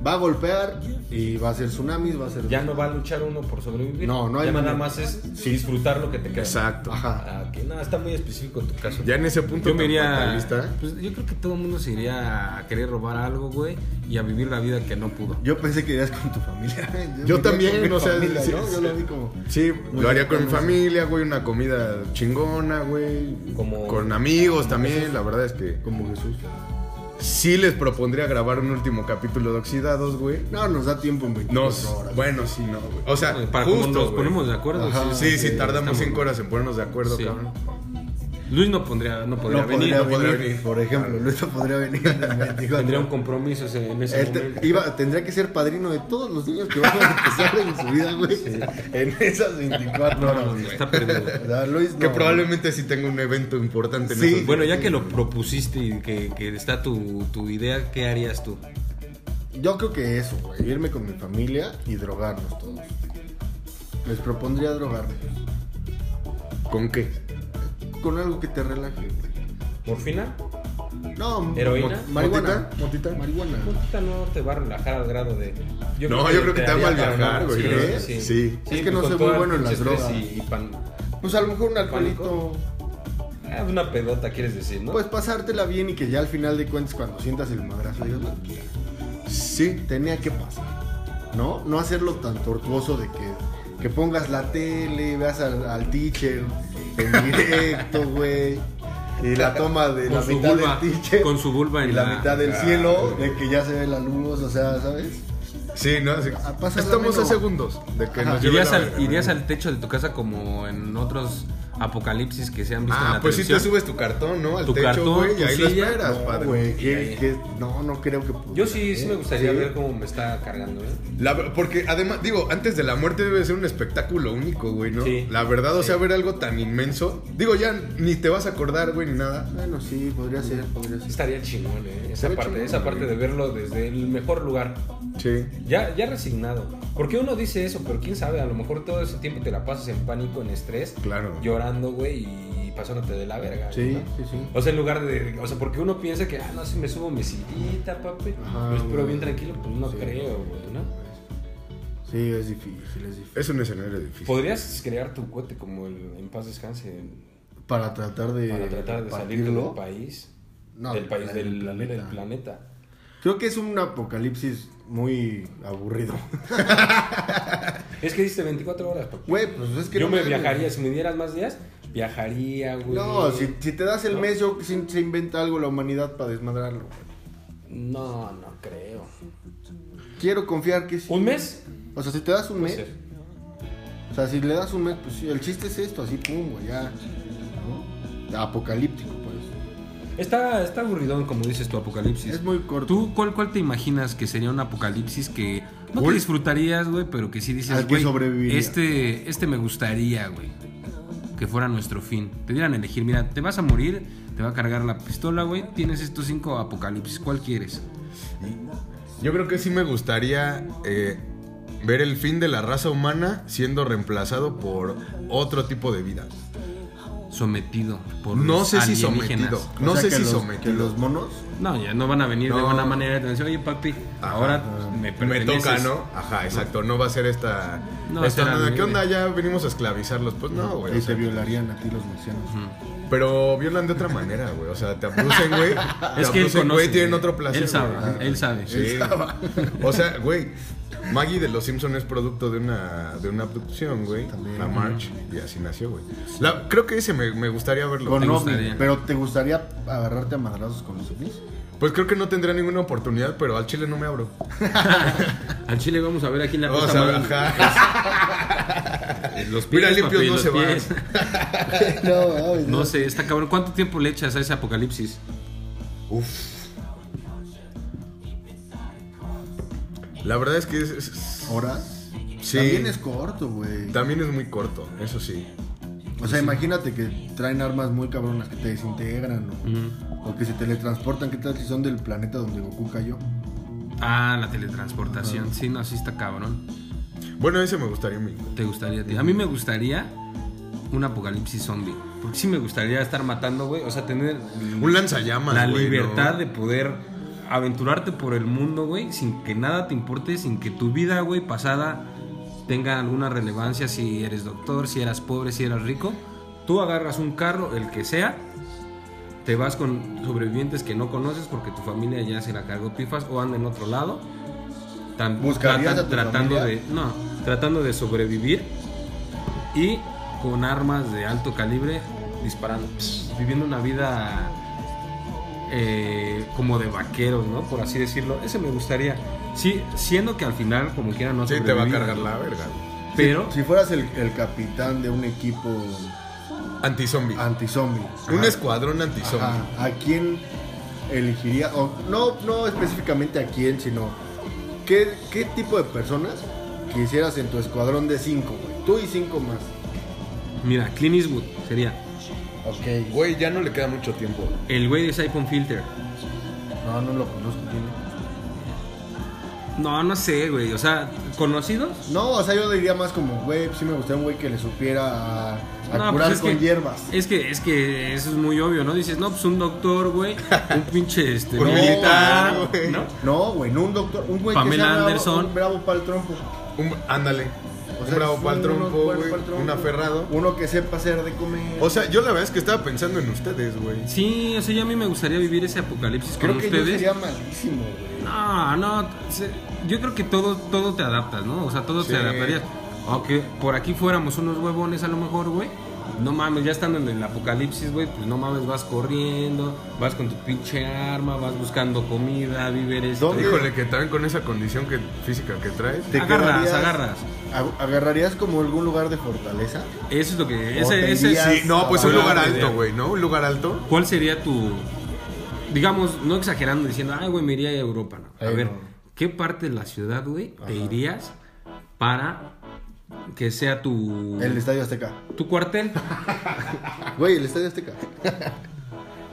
Speaker 3: va a golpear y va a ser tsunamis, va a ser...
Speaker 1: Ya no va a luchar uno por sobrevivir.
Speaker 3: No, no hay
Speaker 1: Ya nada
Speaker 3: manera.
Speaker 1: más es disfrutar lo que te queda.
Speaker 2: Exacto.
Speaker 3: Ajá.
Speaker 1: Ah, que nada, está muy específico tu caso.
Speaker 2: Ya en ese punto
Speaker 1: Yo me
Speaker 2: tan
Speaker 1: iría.
Speaker 2: fatalista.
Speaker 1: Pues yo creo que todo el mundo se iría a querer robar algo, güey, y a vivir la vida que no pudo.
Speaker 3: Yo pensé que irías con tu familia.
Speaker 2: Yo
Speaker 3: me iría
Speaker 2: también,
Speaker 3: con mi
Speaker 2: o sea,
Speaker 3: familia,
Speaker 2: sí,
Speaker 3: ¿no?
Speaker 2: sí.
Speaker 3: Yo lo vi como...
Speaker 2: Sí,
Speaker 3: Muy
Speaker 2: lo haría
Speaker 3: bien,
Speaker 2: con mi
Speaker 3: vamos.
Speaker 2: familia, güey, una comida chingona, güey.
Speaker 1: Como-
Speaker 2: Con amigos también, la verdad es que.
Speaker 3: Como Jesús.
Speaker 2: Sí les propondría grabar un último capítulo de Oxidados, güey.
Speaker 3: No, nos da tiempo en 24
Speaker 2: Nos,
Speaker 3: horas.
Speaker 2: bueno, sí, no, güey. O sea,
Speaker 1: Eh, Para como
Speaker 2: justo,
Speaker 1: nos
Speaker 2: güey.
Speaker 1: ponemos de acuerdo.
Speaker 3: Ajá.
Speaker 2: Sí, sí,
Speaker 3: Sí,
Speaker 2: tardamos
Speaker 1: estamos-
Speaker 2: cinco horas en ponernos de acuerdo,
Speaker 1: Sí.
Speaker 2: cabrón.
Speaker 1: Luis no pondría, no podría
Speaker 3: no
Speaker 1: venir.
Speaker 3: podría
Speaker 2: no podría
Speaker 3: venir,
Speaker 2: venir.
Speaker 3: Por ejemplo, Luis no podría venir en el 24.
Speaker 1: Tendría un compromiso ese- en ese
Speaker 3: Él
Speaker 2: Este,
Speaker 3: te-
Speaker 1: momento.
Speaker 3: iba- tendría que ser padrino de todos los niños que van a empezar en su vida, güey. En esas 24 horas,
Speaker 1: No,
Speaker 3: güey.
Speaker 1: está perdido.
Speaker 3: O sea, Luis,
Speaker 2: Que
Speaker 3: no.
Speaker 2: probablemente sí tenga un evento importante en
Speaker 3: Sí.
Speaker 2: esos-
Speaker 1: Bueno, ya que lo propusiste y que, que está tu, tu idea, ¿qué harías tú?
Speaker 3: Yo creo que eso, güey. Irme con mi familia y drogarnos todos. Les propondría drogarme.
Speaker 2: ¿Con qué?
Speaker 3: Con algo que te relaje, güey.
Speaker 1: ¿Morfina?
Speaker 3: No,
Speaker 1: ¿Heroína?
Speaker 3: mo- Marihuana.
Speaker 2: ¿Motita? ¿Motita?
Speaker 3: Marihuana.
Speaker 1: Motita no te va a relajar al grado de.
Speaker 2: No, yo creo que te va a
Speaker 1: haría
Speaker 2: malviajar,
Speaker 1: paranoia,
Speaker 2: güey,
Speaker 3: ¿eh?
Speaker 1: Sí,
Speaker 2: Sí.
Speaker 3: Es que
Speaker 1: pues
Speaker 3: no
Speaker 1: con
Speaker 3: soy
Speaker 1: todo
Speaker 3: muy
Speaker 1: el
Speaker 3: bueno en las
Speaker 1: pinche estrés
Speaker 3: drogas.
Speaker 1: Y, y pan-
Speaker 3: Pues a lo mejor un alcoholito.
Speaker 1: Ah, una pedota, quieres decir, ¿no?
Speaker 3: Pues pasártela bien y que ya al final de cuentas cuando sientas el madrazo digas, "No, mira,
Speaker 2: Sí.
Speaker 3: tenía que pasar. ¿No? No hacerlo tan tortuoso de que, que pongas la tele, veas al, al teacher en directo, güey. Y la toma de la
Speaker 1: con, su
Speaker 3: mitad
Speaker 1: vulva,
Speaker 3: del teacher.
Speaker 1: con su vulva
Speaker 3: y
Speaker 1: en
Speaker 3: la mitad del
Speaker 2: Ah,
Speaker 3: cielo, de que ya se ve la luz, o sea, ¿sabes?
Speaker 2: Sí, ¿no? Sí.
Speaker 3: Ah, pásala
Speaker 2: Estamos a
Speaker 3: menos.
Speaker 2: segundos de que
Speaker 3: Ajá.
Speaker 2: nos lleve
Speaker 1: ¿Irías
Speaker 2: la
Speaker 1: al,
Speaker 2: verga.
Speaker 1: irías al techo de tu casa como en otros apocalipsis que se han visto en
Speaker 2: Ah,
Speaker 1: la
Speaker 2: pues si te
Speaker 1: televisión.
Speaker 2: subes tu cartón, ¿no? Al
Speaker 1: Tu
Speaker 2: techo,
Speaker 1: cartón,
Speaker 2: güey, y
Speaker 1: tu
Speaker 2: ahí lo
Speaker 1: silla.
Speaker 2: esperas,
Speaker 1: No,
Speaker 2: padre.
Speaker 3: Güey, ¿qué- qué- no, no creo que pudiera,
Speaker 1: Yo sí, sí
Speaker 3: ¿eh?
Speaker 1: me gustaría
Speaker 3: Sí.
Speaker 1: ver cómo me está cargando, ¿eh?
Speaker 2: La- porque además, digo, antes de la muerte debe ser un espectáculo único, güey, ¿no?
Speaker 1: Sí.
Speaker 2: La verdad, o
Speaker 1: Sí.
Speaker 2: sea, ver algo tan inmenso. Digo, ya ni te vas a acordar, güey, ni nada.
Speaker 3: Bueno, sí, podría ser, podría
Speaker 1: Sí
Speaker 3: ser.
Speaker 1: Estaría chingón, ¿eh? Esa
Speaker 2: Estaría
Speaker 1: parte,
Speaker 2: chingón,
Speaker 1: esa
Speaker 2: güey.
Speaker 1: parte de verlo desde el mejor lugar.
Speaker 2: Sí.
Speaker 1: Ya, ya resignado. Porque uno dice eso, pero quién sabe, a lo mejor todo ese tiempo te la pasas en pánico, en estrés,
Speaker 2: Claro.
Speaker 1: llorando, güey, y pasándote de la verga.
Speaker 3: Sí,
Speaker 1: ¿no?
Speaker 3: sí, sí.
Speaker 1: O sea, en lugar de. O sea, porque uno piensa que, ah, no, si me subo mi sillita, papi,
Speaker 3: Ajá,
Speaker 1: me espero
Speaker 3: güey.
Speaker 1: bien tranquilo, pues no
Speaker 3: Sí.
Speaker 1: creo, güey, ¿no?
Speaker 3: Sí, es difícil, es difícil.
Speaker 2: Es un escenario difícil.
Speaker 1: Podrías crear tu cohete como el En Paz Descanse
Speaker 3: Para tratar de.
Speaker 1: para tratar de salir
Speaker 3: partirlo.
Speaker 1: del país.
Speaker 3: Eh, No,
Speaker 1: del país, del,
Speaker 3: del planeta.
Speaker 1: del planeta.
Speaker 3: Creo que es un apocalipsis muy aburrido.
Speaker 1: Es que diste 24 horas, papi.
Speaker 3: Güey, pues es que.
Speaker 1: yo
Speaker 3: no
Speaker 1: me
Speaker 3: mames.
Speaker 1: viajaría, si me dieras más días, viajaría, güey.
Speaker 3: No, si, si te das el
Speaker 1: No.
Speaker 3: mes, yo si- se inventa algo la humanidad para desmadrarlo.
Speaker 1: No, no creo.
Speaker 3: Quiero confiar que sí.
Speaker 1: ¿Un mes?
Speaker 3: O sea, si te das un
Speaker 1: Puede
Speaker 3: mes.
Speaker 1: ser.
Speaker 3: O sea, si le das un mes, pues sí. El chiste es esto, así, pum, güey, ya. ¿no? Apocalíptico, pues.
Speaker 1: Está, está aburridón, como dices, tu apocalipsis.
Speaker 3: Es muy corto.
Speaker 1: ¿Tú cuál, cuál te imaginas que sería un apocalipsis que no te
Speaker 2: Uy.
Speaker 1: disfrutarías, güey, pero que sí
Speaker 3: Al
Speaker 1: dices,
Speaker 3: que
Speaker 1: güey,
Speaker 3: sobreviviría".
Speaker 1: este, este me gustaría, güey, que fuera nuestro fin? Te dieran a elegir, mira, te vas a morir, te va a cargar la pistola, güey, tienes estos cinco apocalipsis, ¿cuál quieres?
Speaker 2: Yo creo que sí me gustaría eh, ver el fin de la raza humana siendo reemplazado por otro tipo de vida.
Speaker 1: Sometido por
Speaker 2: No
Speaker 1: los
Speaker 2: sé si
Speaker 1: alienígenas.
Speaker 2: sometido.
Speaker 3: O
Speaker 2: No
Speaker 3: sea,
Speaker 2: sé
Speaker 3: que
Speaker 2: si
Speaker 3: los- Que
Speaker 2: sometido.
Speaker 3: los monos.
Speaker 1: No, ya no van a venir de
Speaker 2: No.
Speaker 1: buena manera y te van a decir, oye, papi,
Speaker 2: Ajá.
Speaker 1: ahora me
Speaker 2: Me
Speaker 1: perteneces".
Speaker 2: toca, ¿no? Ajá, exacto. No va a ser esta.
Speaker 1: No,
Speaker 2: esta
Speaker 1: será
Speaker 2: onda, ¿Qué
Speaker 1: libre.
Speaker 2: onda? Ya venimos a esclavizarlos. Pues no, güey. o
Speaker 3: Ahí
Speaker 2: sea,
Speaker 3: eh, te violarían a ti los marcianos.
Speaker 2: Pero violan de otra manera, güey. O sea, te abducen, güey. te
Speaker 1: Es que él
Speaker 2: abducen,
Speaker 1: conoce.
Speaker 2: güey, tienen otro placer.
Speaker 1: Él sabe,
Speaker 2: güey.
Speaker 1: él sabe.
Speaker 2: Sí. O sea, güey. Maggie de los Simpsons es producto de una, de una abducción, güey.
Speaker 3: También.
Speaker 2: La March. Y así nació, güey. La- Creo que ese me, me gustaría verlo.
Speaker 3: Con
Speaker 1: te
Speaker 3: ovni,
Speaker 1: gustaría.
Speaker 3: Pero ¿te gustaría agarrarte a madrazos con los ovnis?
Speaker 2: Pues creo que no tendría ninguna oportunidad, pero al chile no me abro.
Speaker 1: Al chile vamos a ver aquí en la
Speaker 2: O
Speaker 1: puta
Speaker 2: sea,
Speaker 1: madre.
Speaker 2: ajá.
Speaker 1: Los
Speaker 2: Mira,
Speaker 1: pies,
Speaker 2: limpios
Speaker 1: papi,
Speaker 2: no
Speaker 1: los
Speaker 2: se van.
Speaker 1: pies.
Speaker 3: No,
Speaker 1: No sé, está cabrón. ¿Cuánto tiempo le echas a ese apocalipsis?
Speaker 2: Uf. La verdad es que es- es-
Speaker 3: ¿Horas?
Speaker 2: Sí.
Speaker 3: También es corto, güey.
Speaker 2: también es muy corto, eso sí.
Speaker 3: O sea, imagínate que traen armas muy cabronas que te desintegran o, o que se teletransportan. ¿Qué tal si son del planeta donde Goku cayó?
Speaker 1: Ah, la teletransportación. Sí, no, sí está cabrón.
Speaker 2: Bueno, ese me gustaría a mí.
Speaker 1: ¿Te gustaría a ti? A mí me gustaría un apocalipsis zombie. Porque sí me gustaría estar matando, güey. O sea, tener
Speaker 2: Un lanzallamas,
Speaker 1: la
Speaker 2: güey, ¿no?
Speaker 1: libertad de poder aventurarte por el mundo, güey. Sin que nada te importe, sin que tu vida, güey, pasada tenga alguna relevancia. Si eres doctor, si eras pobre, si eras rico. Tú agarras un carro, el que sea, te vas con sobrevivientes que no conoces porque tu familia ya se la cargó pifas o anda en otro lado. Tan-
Speaker 3: ¿Buscarías
Speaker 1: tratan-
Speaker 3: a tu
Speaker 1: tratando
Speaker 3: familia?
Speaker 1: de no, tratando de sobrevivir y con armas de alto calibre disparando, Pss, viviendo una vida eh, como de vaqueros, ¿no? Por así decirlo. Ese me gustaría. Sí, siendo que al final como quiera no
Speaker 2: Sí, te va a
Speaker 1: sobreviví,
Speaker 2: cargar la verga.
Speaker 1: Pero
Speaker 3: Si fueras el, el capitán de un equipo
Speaker 2: Antizombie.
Speaker 3: antizombie.
Speaker 2: Un
Speaker 3: Ah, Ajá.
Speaker 2: escuadrón antizombie.
Speaker 3: Ajá. ¿A quién elegiría? O, no, no específicamente a quién, sino ¿qué, qué tipo de personas quisieras en tu escuadrón de cinco, güey? Tú y cinco más.
Speaker 1: mira, Clint Eastwood sería
Speaker 3: Ok.
Speaker 2: Güey, ya no le queda mucho tiempo.
Speaker 1: el güey de Siphon Filter.
Speaker 3: No, no lo conozco. ¿quién es?
Speaker 1: No, no sé, güey. O sea, conocidos.
Speaker 3: No, o sea, yo diría más como, güey, sí me gustaría un güey que le supiera a, a
Speaker 1: No,
Speaker 3: curar
Speaker 1: pues es
Speaker 3: con
Speaker 1: que-
Speaker 3: hierbas.
Speaker 1: Es que, es que eso es muy obvio, ¿no? Dices, no, pues un doctor, güey, un pinche este,
Speaker 2: Un
Speaker 1: no,
Speaker 2: militar,
Speaker 1: no,
Speaker 2: güey.
Speaker 1: ¿no?
Speaker 3: No, güey, no un doctor, un güey que
Speaker 1: Pamela
Speaker 3: sea bravo,
Speaker 1: Anderson.
Speaker 3: un bravo pa'l trompo.
Speaker 2: Un, ándale.
Speaker 3: O
Speaker 2: un
Speaker 3: sea,
Speaker 2: bravo
Speaker 3: un-
Speaker 2: pa'l
Speaker 3: uno
Speaker 2: trompo,
Speaker 3: bueno
Speaker 2: güey.
Speaker 3: pa'l trompo.
Speaker 2: Un aferrado.
Speaker 3: Uno que sepa hacer de comer.
Speaker 2: O sea, yo la verdad es que estaba pensando en ustedes, güey.
Speaker 1: Sí, o sea, ya a mí me gustaría vivir ese apocalipsis
Speaker 3: Creo
Speaker 1: con
Speaker 3: que
Speaker 1: ustedes.
Speaker 3: yo sería malísimo, güey.
Speaker 1: No, no, se- yo creo que todo, todo te adaptas, ¿no? O sea, todo
Speaker 2: Sí.
Speaker 1: te adaptarías. Aunque por aquí fuéramos unos huevones a lo mejor, güey. No mames, ya estando en el apocalipsis, güey, pues no mames, vas corriendo, vas con tu pinche arma, vas buscando comida, víveres.
Speaker 3: ¿Dónde?
Speaker 1: todo.
Speaker 2: Híjole, que también con esa condición que, física que traes.
Speaker 3: ¿Te
Speaker 1: Agarras,
Speaker 3: quedarías-
Speaker 1: agarras.
Speaker 3: ag- ¿Agarrarías como algún lugar de fortaleza?
Speaker 1: Eso es lo que...
Speaker 3: O te
Speaker 1: Ese, ese
Speaker 3: irías-
Speaker 1: es-
Speaker 2: Sí, no, pues un
Speaker 1: Hablando
Speaker 2: lugar
Speaker 1: de-
Speaker 2: alto, güey, ¿no? Un lugar alto.
Speaker 1: ¿Cuál sería tu, digamos, no exagerando, diciendo, ay, güey, me iría a Europa, no. A
Speaker 3: Ay,
Speaker 1: ver,
Speaker 3: no.
Speaker 1: ¿qué parte de la ciudad, güey, te irías para que sea tu,
Speaker 3: El Estadio Azteca.
Speaker 1: tu cuartel?
Speaker 3: Güey, el Estadio Azteca.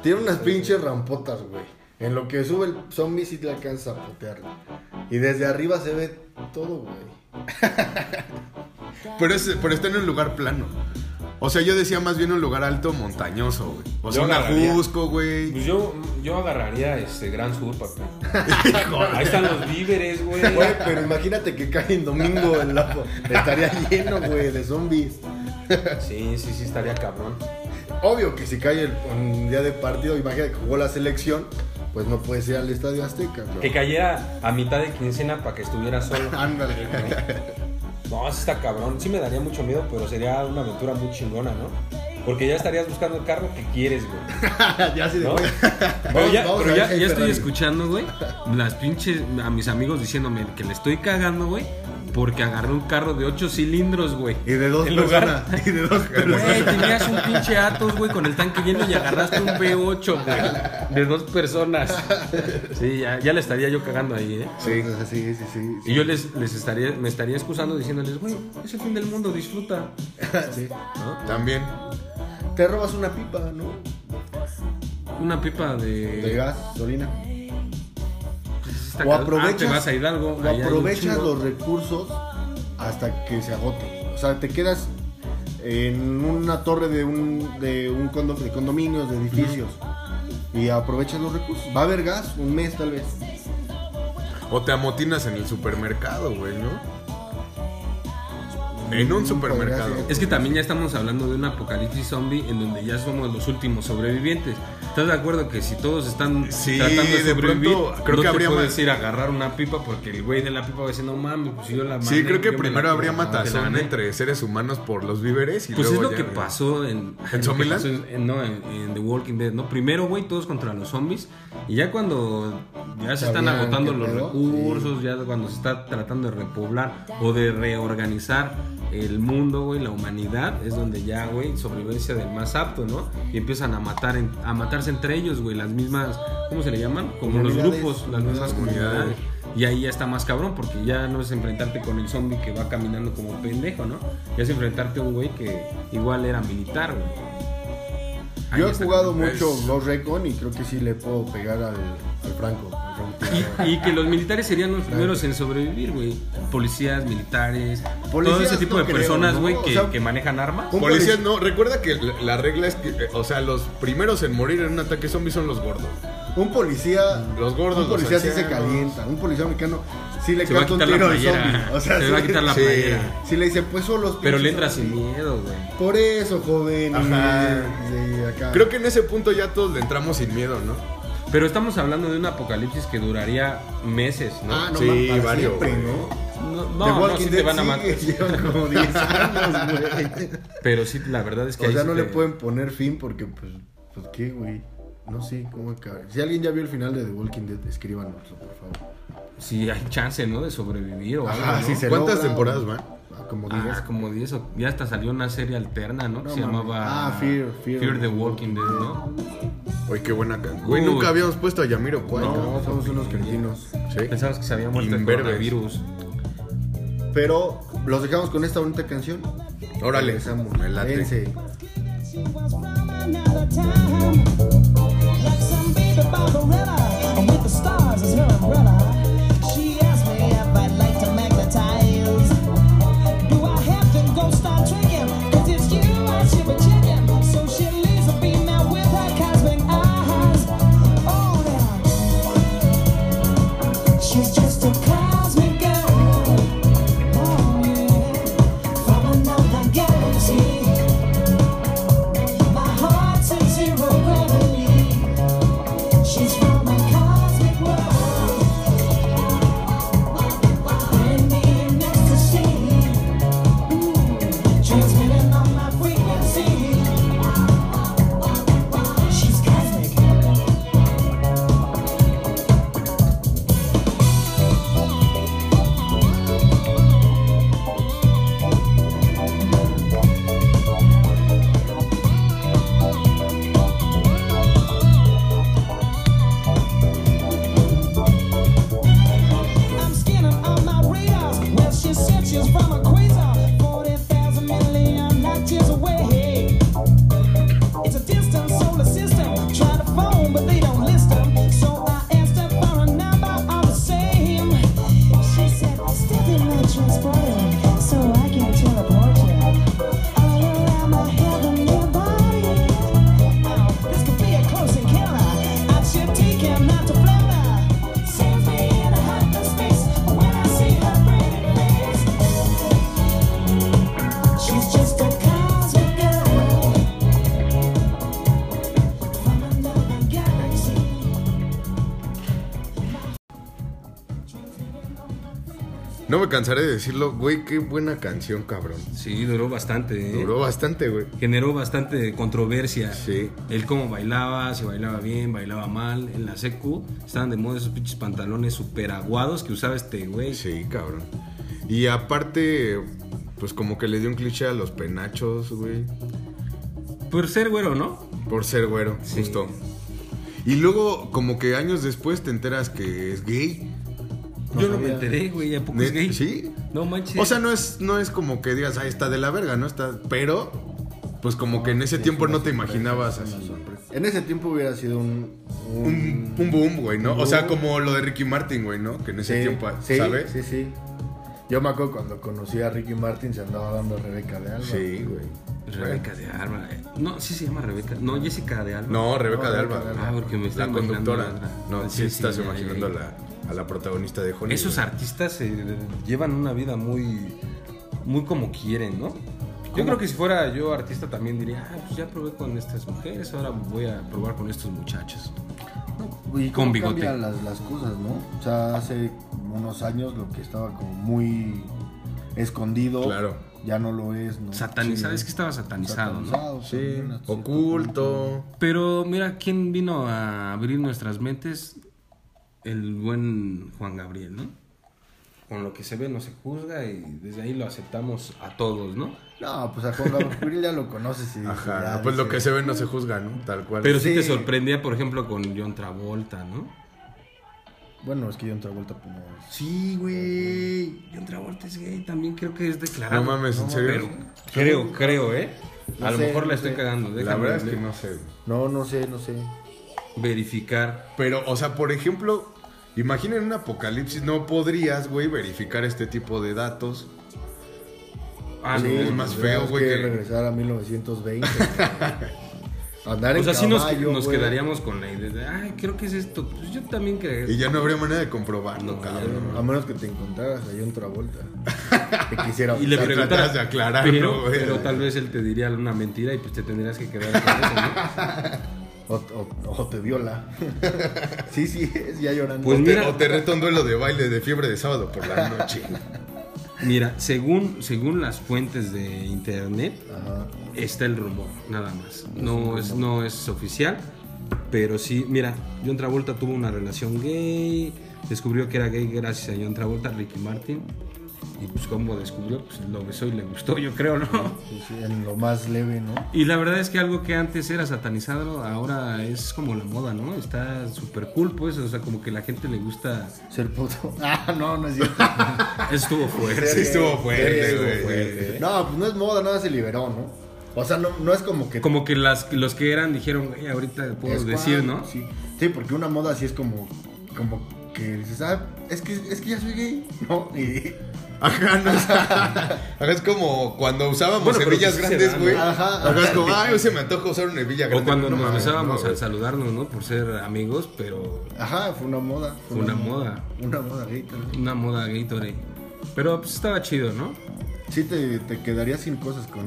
Speaker 3: Tiene unas pinches rampotas, güey. En lo que sube el zombie sí te alcanza a potearlo. Y desde arriba se ve todo, güey.
Speaker 2: Pero, es, pero está en un lugar plano. O sea, yo decía más bien un lugar alto montañoso, güey. O sea,
Speaker 1: Yo
Speaker 2: un
Speaker 1: agarraría.
Speaker 2: ajusco, güey.
Speaker 1: Pues yo, yo agarraría este Gran Sur, papi. Ahí están los víveres, güey.
Speaker 3: Güey, pero imagínate que cae en domingo el lapo. Estaría lleno, güey, de zombies.
Speaker 1: Sí, sí, sí, estaría cabrón.
Speaker 3: Obvio que si cae el, un día de partido, imagínate que jugó la selección, pues no puede ser al Estadio Azteca, güey.
Speaker 1: Que cayera a mitad de quincena para que estuviera solo.
Speaker 3: Ándale, güey.
Speaker 1: No, sí está cabrón. Sí me daría mucho miedo, pero sería una aventura muy chingona, ¿no? Porque ya estarías buscando el carro que quieres, güey.
Speaker 3: ya así de,
Speaker 1: ¿No?
Speaker 3: güey.
Speaker 1: Pero ya,
Speaker 3: vamos
Speaker 1: pero
Speaker 3: a ver si
Speaker 1: ya- ya
Speaker 3: hay
Speaker 1: estoy
Speaker 3: Ferrari.
Speaker 1: escuchando, güey, las pinches a mis amigos diciéndome que le estoy cagando, güey, porque agarré un carro de 8 cilindros, güey.
Speaker 3: Y de dos
Speaker 1: En
Speaker 3: personas.
Speaker 1: lugar-
Speaker 3: Y de dos personas.
Speaker 1: Güey, tenías un pinche Atos, güey, con el tanque lleno y agarraste un V8, güey, de dos personas. Sí, ya, ya le estaría yo cagando ahí, ¿eh?
Speaker 3: Sí, sí, sí, sí.
Speaker 1: Y yo les, les estaría, me estaría excusando diciéndoles, güey, es el fin del mundo, disfruta.
Speaker 3: Sí.
Speaker 2: También.
Speaker 3: Te robas una pipa, ¿no?
Speaker 1: Una pipa
Speaker 3: De
Speaker 1: de...
Speaker 3: gas, solina.
Speaker 1: Está
Speaker 3: O
Speaker 1: cabrón. Ah,
Speaker 3: aprovechas,
Speaker 1: te vas a Hidalgo.
Speaker 3: o
Speaker 1: ahí hay un
Speaker 3: aprovechas
Speaker 1: chingo.
Speaker 3: los recursos hasta que se agoten. O sea, te quedas en una torre de un, de un condo- de condominios, de edificios. Y aprovechas los recursos. Va a haber gas un mes tal vez.
Speaker 2: O te amotinas en el supermercado, güey, ¿no? En un
Speaker 3: Mm,
Speaker 2: supermercado.
Speaker 3: podría ser.
Speaker 1: Es que también ya estamos hablando de un apocalipsis zombie en donde ya somos los últimos sobrevivientes. ¿Estás de acuerdo que si todos están
Speaker 2: Sí,
Speaker 1: tratando de
Speaker 2: de pronto,
Speaker 1: sobrevivir, no
Speaker 2: creo que
Speaker 1: te
Speaker 2: habría
Speaker 1: puedes
Speaker 2: más-
Speaker 1: ir a agarrar una pipa porque el güey de la pipa va a decir, no mames, pues yo la
Speaker 2: Sí,
Speaker 1: mandé,
Speaker 2: creo que
Speaker 1: yo me la
Speaker 2: primero habría
Speaker 1: puse, te la
Speaker 2: matazón
Speaker 1: mandé".
Speaker 2: entre seres humanos por los víveres y
Speaker 1: Pues es
Speaker 2: luego
Speaker 1: lo
Speaker 2: ya,
Speaker 1: que
Speaker 2: güey.
Speaker 1: pasó en... lo que
Speaker 2: Zombieland?
Speaker 1: pasó en- en- no, en, en The Walking Dead, ¿no? Primero, güey, todos contra los zombies. Y ya cuando ya se están
Speaker 3: Sabían
Speaker 1: agotando
Speaker 3: qué
Speaker 1: los
Speaker 3: pedo,
Speaker 1: recursos, ya cuando se está tratando de repoblar o de reorganizar el mundo, güey, la humanidad, es donde ya, güey, sobrevivencia del más apto, ¿no? Y empiezan a matar en- a matarse entre ellos, güey, las mismas, ¿cómo se le llaman? Como los
Speaker 3: Comunidades.
Speaker 1: grupos, las mismas
Speaker 3: Comunidades.
Speaker 1: comunidades. Y ahí ya está más cabrón porque ya no es enfrentarte con el zombie que va caminando como pendejo, ¿no? Ya es enfrentarte a un güey que igual era militar, güey. Ahí
Speaker 3: Yo he
Speaker 1: está pues.
Speaker 3: jugado
Speaker 2: cabrón.
Speaker 3: mucho
Speaker 2: Es-
Speaker 3: Ghost Recon y creo que sí le puedo pegar al, al Franco. al Franco Tirador.
Speaker 1: Y, y que los militares serían los primeros en sobrevivir, güey. Policías, militares, todo
Speaker 3: Policías
Speaker 1: ese tipo
Speaker 3: no
Speaker 1: de
Speaker 3: creo,
Speaker 1: personas,
Speaker 3: ¿no?
Speaker 1: güey,
Speaker 3: O
Speaker 1: que,
Speaker 3: sea,
Speaker 1: que manejan armas.
Speaker 3: un
Speaker 2: Policías,
Speaker 3: polic-
Speaker 2: no, recuerda que la, la regla es que, eh, o sea, los primeros en morir en un ataque zombie son los gordos.
Speaker 3: Un policía.
Speaker 2: Los gordos,
Speaker 3: Un
Speaker 2: los
Speaker 3: policía sí se
Speaker 2: ancianos.
Speaker 3: calienta. Un policía americano sí le
Speaker 1: Se va a
Speaker 3: canta un
Speaker 1: quitar la
Speaker 3: tiro al
Speaker 1: playera.
Speaker 3: zombie. O sea,
Speaker 1: se
Speaker 3: sí
Speaker 1: va a
Speaker 3: le-
Speaker 1: quitar la
Speaker 2: sí.
Speaker 1: playera.
Speaker 3: Si le dice, pues solo los
Speaker 1: Pero le
Speaker 3: pinches
Speaker 1: entra sin
Speaker 3: zombies.
Speaker 1: miedo, güey.
Speaker 3: Por eso, joven.
Speaker 2: Ajá.
Speaker 3: Sí, acá.
Speaker 2: Creo que en ese punto ya todos le entramos sin miedo, ¿no?
Speaker 1: Pero estamos hablando de un apocalipsis que duraría meses, ¿no?
Speaker 3: Ah, no,
Speaker 2: Sí,
Speaker 3: man, para
Speaker 2: varios,
Speaker 3: siempre,
Speaker 2: güey.
Speaker 3: ¿no?
Speaker 1: No,
Speaker 3: The
Speaker 1: no, no,
Speaker 3: Walking
Speaker 1: sí te
Speaker 3: Dead
Speaker 1: van a
Speaker 3: sigue,
Speaker 1: matar.
Speaker 3: llevan como 10 años, güey.
Speaker 1: Pero sí, la verdad es que
Speaker 3: O
Speaker 1: ahí
Speaker 3: sea,
Speaker 1: sí
Speaker 3: no le
Speaker 1: te-
Speaker 3: pueden poner fin porque, pues, pues ¿qué, güey? No sé cómo acabar. Si alguien ya vio el final de The Walking Dead, escríbanoslo, por favor.
Speaker 1: Si hay chance, ¿no? De sobrevivir o algo,
Speaker 3: Ajá,
Speaker 1: ¿no?
Speaker 3: sí se
Speaker 2: ¿Cuántas
Speaker 3: logra,
Speaker 2: temporadas
Speaker 3: o-
Speaker 2: van?
Speaker 3: Ah, Como
Speaker 1: Ah,
Speaker 3: 10.
Speaker 1: como 10 o- ya hasta salió una serie alterna, ¿no?
Speaker 3: No
Speaker 1: que se
Speaker 3: mames.
Speaker 1: llamaba
Speaker 3: Ah, Fear- Fear-
Speaker 1: the Walking Dead, ¿no?
Speaker 2: Oye, qué buena canción. Güey,
Speaker 1: Uy.
Speaker 2: nunca habíamos puesto a Yamiro Cuay,
Speaker 3: no,
Speaker 2: cabrón.
Speaker 3: somos unos cretinos.
Speaker 2: Sí.
Speaker 1: Pensamos que se había muerto el
Speaker 2: Imberbes.
Speaker 1: coronavirus.
Speaker 3: Pero los dejamos con esta bonita canción.
Speaker 2: Órale,
Speaker 3: Regresamos.
Speaker 2: me late.
Speaker 3: Dense.
Speaker 4: She was from another time, like some baby Barbarella, and with the stars as her umbrella. She asked me if I'd like to magnetize. Do I have to go start tricking? 'Cause it's you I should be checking. So she leaves a beam out with her cosmic eyes. Oh, now. She's just a cosmic girl. Oh, yeah. From another galaxy. My heart's a zero
Speaker 2: No me cansaré de decirlo, güey, qué buena canción, cabrón.
Speaker 1: Sí, duró bastante. ¿eh?
Speaker 2: Duró bastante, güey.
Speaker 1: Generó bastante controversia.
Speaker 2: Sí.
Speaker 1: El cómo bailaba, si bailaba bien, bailaba mal. En la secu estaban de moda esos pinches pantalones super aguados que usaba este güey.
Speaker 2: Sí, cabrón. Y aparte, pues como que le dio un cliché a los penachos, güey.
Speaker 1: Por ser güero, ¿no?
Speaker 2: Por ser güero,
Speaker 1: Sí.
Speaker 2: justo. Y luego, como que años después te enteras que es gay.
Speaker 3: No
Speaker 1: Yo no
Speaker 3: sabía.
Speaker 1: me enteré, güey. ¿A poco es
Speaker 2: ¿Neta?
Speaker 1: gay?
Speaker 2: ¿Sí?
Speaker 1: No manches.
Speaker 2: O sea, no es, no es como que digas, ah, está de la verga, ¿no? Está. Pero, pues como que en ese tiempo no te imaginabas así.
Speaker 3: Pues, En ese tiempo hubiera sido un. un-
Speaker 2: Un, un boom, güey, ¿no?
Speaker 3: Un
Speaker 2: O sea,
Speaker 3: boom.
Speaker 2: como lo de Ricky Martin, güey, ¿no? Que en ese
Speaker 3: Sí,
Speaker 2: tiempo,
Speaker 3: sí,
Speaker 2: ¿sabes?
Speaker 3: Sí, sí. Yo me acuerdo cuando conocí a Ricky Martin se andaba dando Rebeca de Alba.
Speaker 2: Sí, güey.
Speaker 1: Rebeca de Alba. eh. No, sí se llama Rebeca. No, Jessica de Alba.
Speaker 2: No, Rebeca
Speaker 3: No,
Speaker 2: de
Speaker 3: Rebeca de
Speaker 2: Alba.
Speaker 3: Alba.
Speaker 1: Ah, porque me está
Speaker 2: La conductora. No, sí, estás imaginando
Speaker 1: imaginando
Speaker 2: a la, a la protagonista de Honey.
Speaker 1: Esos
Speaker 2: güey.
Speaker 1: artistas eh, llevan una vida muy, muy como quieren, ¿no? Yo
Speaker 2: ¿Cómo?
Speaker 1: creo que si fuera yo artista también diría, ah, pues ya probé con estas mujeres, ahora voy a probar con estos muchachos.
Speaker 3: Y
Speaker 1: Con
Speaker 3: cómo
Speaker 1: bigote.
Speaker 3: cambian las, las cosas, ¿no? O sea, hace unos años lo que estaba como muy escondido.
Speaker 2: Claro.
Speaker 3: Ya no lo es, ¿no?
Speaker 1: Satanizado,
Speaker 3: Sí.
Speaker 1: es que estaba satanizado, ¿no?
Speaker 3: Satanizado,
Speaker 2: Sí,
Speaker 3: también, así,
Speaker 2: oculto.
Speaker 1: Pero mira, ¿quién vino a abrir nuestras mentes? El buen Juan Gabriel, ¿no? Con lo que se ve no se juzga y desde ahí lo aceptamos a todos, ¿no?
Speaker 3: No, pues a Juan Gabriel ya lo conoces. Y,
Speaker 2: Ajá,
Speaker 3: ya
Speaker 2: pues lo
Speaker 3: dice,
Speaker 2: que se ve no se juzga, ¿no? Tal cual.
Speaker 1: Pero sí, te
Speaker 3: Sí.
Speaker 1: sorprendía, por ejemplo, con John Travolta, ¿no?
Speaker 3: Bueno, es que yo en Travolta pues, no es-
Speaker 1: Sí, güey. John Travolta es gay, también creo que es declarado.
Speaker 2: No mames, ¿en serio?
Speaker 1: creo, creo, ¿eh?
Speaker 3: No
Speaker 1: a lo
Speaker 3: sé,
Speaker 1: mejor la
Speaker 3: no
Speaker 1: estoy
Speaker 3: sé.
Speaker 1: cagando.
Speaker 2: La
Speaker 1: Déjame
Speaker 2: verdad es que
Speaker 1: ver-
Speaker 2: no sé. güey.
Speaker 3: No, no sé, no sé.
Speaker 1: verificar.
Speaker 2: Pero, o sea, por ejemplo, imaginen un apocalipsis. No podrías, güey, verificar este tipo de datos.
Speaker 1: Ah,
Speaker 2: Sí,
Speaker 1: no,
Speaker 2: es
Speaker 1: no,
Speaker 2: más
Speaker 1: no.
Speaker 2: feo,
Speaker 3: Tenemos
Speaker 2: güey,
Speaker 3: que
Speaker 2: que-
Speaker 3: regresar a 1920. güey. Andar en
Speaker 1: O sea, sí nos,
Speaker 3: caballo,
Speaker 1: nos
Speaker 3: güey.
Speaker 1: quedaríamos con la idea de, ay, creo que es esto. Pues yo también creo.
Speaker 2: Y ya no habría manera de comprobarlo,
Speaker 1: No,
Speaker 2: cabrón.
Speaker 3: A menos que te encontraras ahí en Travolta. Te quisiera
Speaker 1: Y le
Speaker 3: besar.
Speaker 2: sea,
Speaker 1: preguntas
Speaker 2: tratas de aclararlo,
Speaker 1: pero,
Speaker 2: güey.
Speaker 1: pero tal vez él te diría una mentira y pues te tendrías que quedar con eso,
Speaker 3: o,
Speaker 1: ¿no?
Speaker 3: o- o te viola. sí, sí, es ya llorando.
Speaker 1: Pues
Speaker 2: o,
Speaker 1: mira.
Speaker 2: te, o te reta un duelo de baile de fiebre de sábado por la noche.
Speaker 1: Mira, según, según las fuentes de internet,
Speaker 3: Ajá.
Speaker 1: está el rumor, nada más. No es, no es oficial, pero sí, mira, John Travolta tuvo una relación gay, descubrió que era gay gracias a John Travolta, Ricky Martin. Y pues como descubrió, pues lo besó y le gustó, yo creo, ¿no?
Speaker 3: Sí, sí, en lo más leve, ¿no?
Speaker 1: Y la verdad es que algo que antes era satanizado, ahora es como la moda, ¿no? Está súper cool, pues, o sea, como que la gente le gusta...
Speaker 3: Ser puto. Ah, no, no es cierto.
Speaker 1: Estuvo fuerte.
Speaker 2: Sí, estuvo fuerte,
Speaker 1: estuvo
Speaker 2: güey.
Speaker 1: fuerte.
Speaker 3: no, pues no es moda, nada se liberó, ¿no? O sea, no, no es como que.
Speaker 1: Como que las, los que eran dijeron, "Güey, ahorita puedo
Speaker 3: es
Speaker 1: decir,
Speaker 3: cuando-
Speaker 1: ¿no?
Speaker 3: Sí. Sí, porque una moda sí es como. Como que dices, ah, es que, es que ya soy gay, ¿no? Y.
Speaker 2: Ajá, no, o sea, ajá, es como cuando usábamos
Speaker 1: Bueno, pero
Speaker 2: hebillas
Speaker 1: sí se
Speaker 2: grandes,
Speaker 1: da, ¿no?
Speaker 2: güey.
Speaker 3: Ajá,
Speaker 2: Ajá, es como, ay, hoy se me antoja usar una hebilla grande.
Speaker 1: O cuando
Speaker 2: No
Speaker 1: nos
Speaker 2: mames,
Speaker 1: besábamos
Speaker 2: no,
Speaker 1: al
Speaker 2: güey.
Speaker 1: saludarnos, ¿no? Por ser amigos, pero
Speaker 3: Ajá, fue una moda.
Speaker 1: fue una moda.
Speaker 3: Una moda gay, tal vez.
Speaker 1: Una moda Gatorade. Pero pues estaba chido, ¿no?
Speaker 3: Sí, te, te quedarías sin cosas con,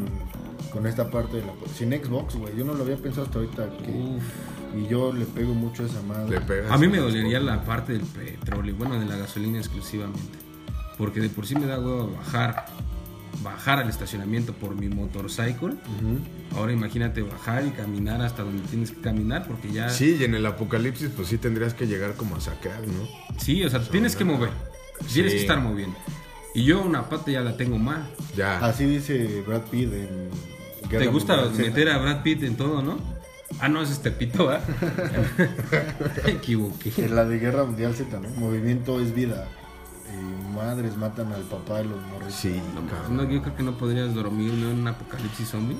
Speaker 3: con esta parte de la. Sin Xbox, güey. Yo no lo había pensado hasta ahorita. Que, y yo le pego mucho a esa madre.
Speaker 2: Le pegas
Speaker 1: A mí me
Speaker 2: con los
Speaker 1: dolería
Speaker 2: cocos.
Speaker 1: la parte del petróleo, bueno, de la gasolina exclusivamente. Porque de por sí me da huevo bajar, bajar al estacionamiento por mi motorcycle. Ahora imagínate bajar y caminar hasta donde tienes que caminar, porque ya...
Speaker 2: Sí, y en el apocalipsis, pues sí tendrías que llegar como a saquear, ¿no?
Speaker 1: Sí, o sea, tienes que mover. Tienes que estar moviendo. Y yo una pata ya la tengo mal.
Speaker 2: Ya.
Speaker 3: Así dice Brad Pitt en.
Speaker 1: ¿Te
Speaker 3: Guerra
Speaker 1: gusta
Speaker 3: Mundial Z.
Speaker 1: meter a Brad Pitt en todo, no? Ah, no, es este pito, ¿verdad? Me equivoqué.
Speaker 3: En la de Guerra Mundial Z, ¿no? Movimiento es vida. Eh, madres matan al papá de los morritos.
Speaker 2: Sí, cabrón.
Speaker 1: No, yo creo que no podrías dormir ¿no? en un apocalipsis zombie.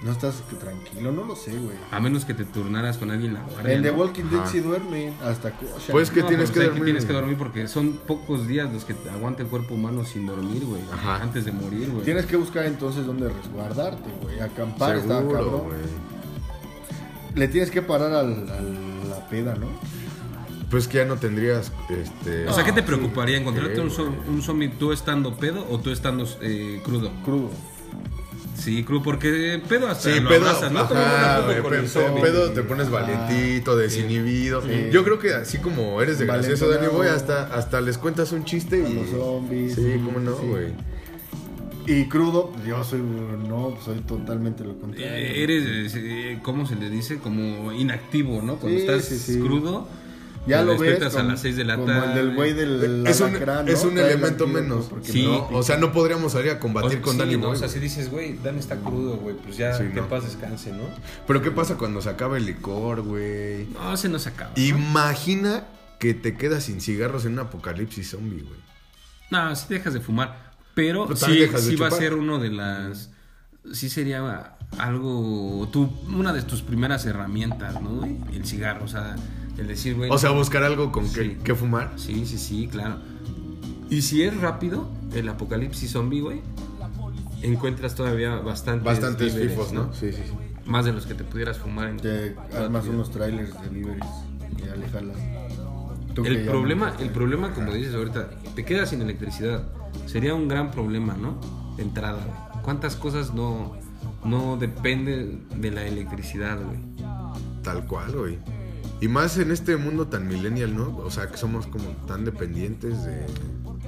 Speaker 3: No estás que tranquilo, no lo sé, güey.
Speaker 1: A menos que te turnaras con alguien la guardia.
Speaker 3: En The
Speaker 1: ¿no?
Speaker 3: Walking Dead
Speaker 2: Ajá.
Speaker 3: sí duermen. Hasta Kosha.
Speaker 2: Pues que
Speaker 1: No,
Speaker 2: tienes
Speaker 1: pero
Speaker 2: que
Speaker 1: aquí
Speaker 2: dormir.
Speaker 1: tienes que dormir porque son pocos días los que aguanta el cuerpo humano sin dormir, güey.
Speaker 2: Ajá.
Speaker 1: Antes de morir, güey.
Speaker 3: Tienes que buscar entonces dónde resguardarte, güey. Acampar está
Speaker 2: Seguro,
Speaker 3: cabrón.
Speaker 2: güey.
Speaker 3: Le tienes que parar al, al- la peda, ¿no?
Speaker 2: Pues que ya no tendrías, este...
Speaker 1: O sea, ¿qué te
Speaker 3: Ah,
Speaker 2: sí.
Speaker 1: preocuparía? ¿Encontrarte
Speaker 2: Sí,
Speaker 1: un, zo-
Speaker 2: güey.
Speaker 1: un zombie tú estando pedo o tú estando eh, crudo?
Speaker 3: Crudo.
Speaker 1: Sí, crew, porque pedo hasta
Speaker 2: Sí,
Speaker 1: lo
Speaker 2: pedo,
Speaker 1: abrazas, ¿no? Tomas una
Speaker 2: ajá,
Speaker 1: foto
Speaker 2: güey,
Speaker 1: con
Speaker 2: pe-
Speaker 1: el zombie.
Speaker 2: pedo te
Speaker 3: Ah,
Speaker 2: pones valientito, desinhibido.
Speaker 3: Sí.
Speaker 2: Yo creo que así como eres de gracioso, Dani
Speaker 3: Valentonado.
Speaker 2: Boy, hasta, hasta les cuentas un chiste
Speaker 3: A
Speaker 2: y...
Speaker 3: los zombies.
Speaker 2: Sí, cómo no,
Speaker 3: sí.
Speaker 2: güey.
Speaker 3: Y crudo, pues, yo soy, no, soy totalmente lo contrario.
Speaker 1: Eh, Eres, eh, ¿cómo se le dice? Como inactivo, ¿no? Cuando
Speaker 3: Sí,
Speaker 1: estás
Speaker 3: sí, sí.
Speaker 1: crudo,
Speaker 3: ya
Speaker 1: te
Speaker 3: lo ves.
Speaker 1: despiertas a las 6 de la
Speaker 3: como
Speaker 1: tarde.
Speaker 3: el del güey del
Speaker 2: Es un,
Speaker 3: alacrán, ¿no?
Speaker 2: es un
Speaker 3: Trae el
Speaker 2: elemento
Speaker 3: antídoto
Speaker 2: menos.
Speaker 3: porque
Speaker 1: Sí.
Speaker 2: ¿no? O sea, no podríamos salir a
Speaker 1: O-
Speaker 2: combatir con
Speaker 1: sí,
Speaker 2: Dani
Speaker 1: ¿no?
Speaker 2: Boy.
Speaker 1: O sea, si dices, güey, Dan está crudo, güey, pues ya
Speaker 2: Sí,
Speaker 1: que
Speaker 2: no.
Speaker 1: paz descanse, ¿no?
Speaker 2: Pero ¿qué pasa cuando se acaba el licor, güey?
Speaker 1: No, se nos acaba.
Speaker 2: Imagina que te quedas sin cigarros en un apocalipsis zombie, güey.
Speaker 1: No, si dejas de fumar. Pero
Speaker 2: Pero
Speaker 1: sí,
Speaker 2: también dejas de
Speaker 1: sí va a
Speaker 2: chupar.
Speaker 1: ser uno de las. Sí sería algo. Tu, una de tus primeras herramientas, ¿no? güey? El cigarro, o sea, el decir, güey.
Speaker 2: O sea, buscar algo con que,
Speaker 1: Sí.
Speaker 2: que fumar.
Speaker 1: Sí, sí, sí, claro. Y si es rápido, el apocalipsis zombie, güey, encuentras todavía bastantes.
Speaker 2: Bastantes
Speaker 1: víveres,
Speaker 2: fifos, ¿no? Sí, sí, sí.
Speaker 1: Más de los que te pudieras fumar en.
Speaker 3: Te armas unos trailers de deliveries y alejarlas.
Speaker 1: El problema, el problema, como dices ahorita, te quedas sin electricidad. Sería un gran problema, ¿no? De entrada, güey. ¿Cuántas cosas no, no depende de la electricidad, güey?
Speaker 2: Tal cual, güey. Y más en este mundo tan millennial, ¿no? O sea, que somos como tan dependientes de...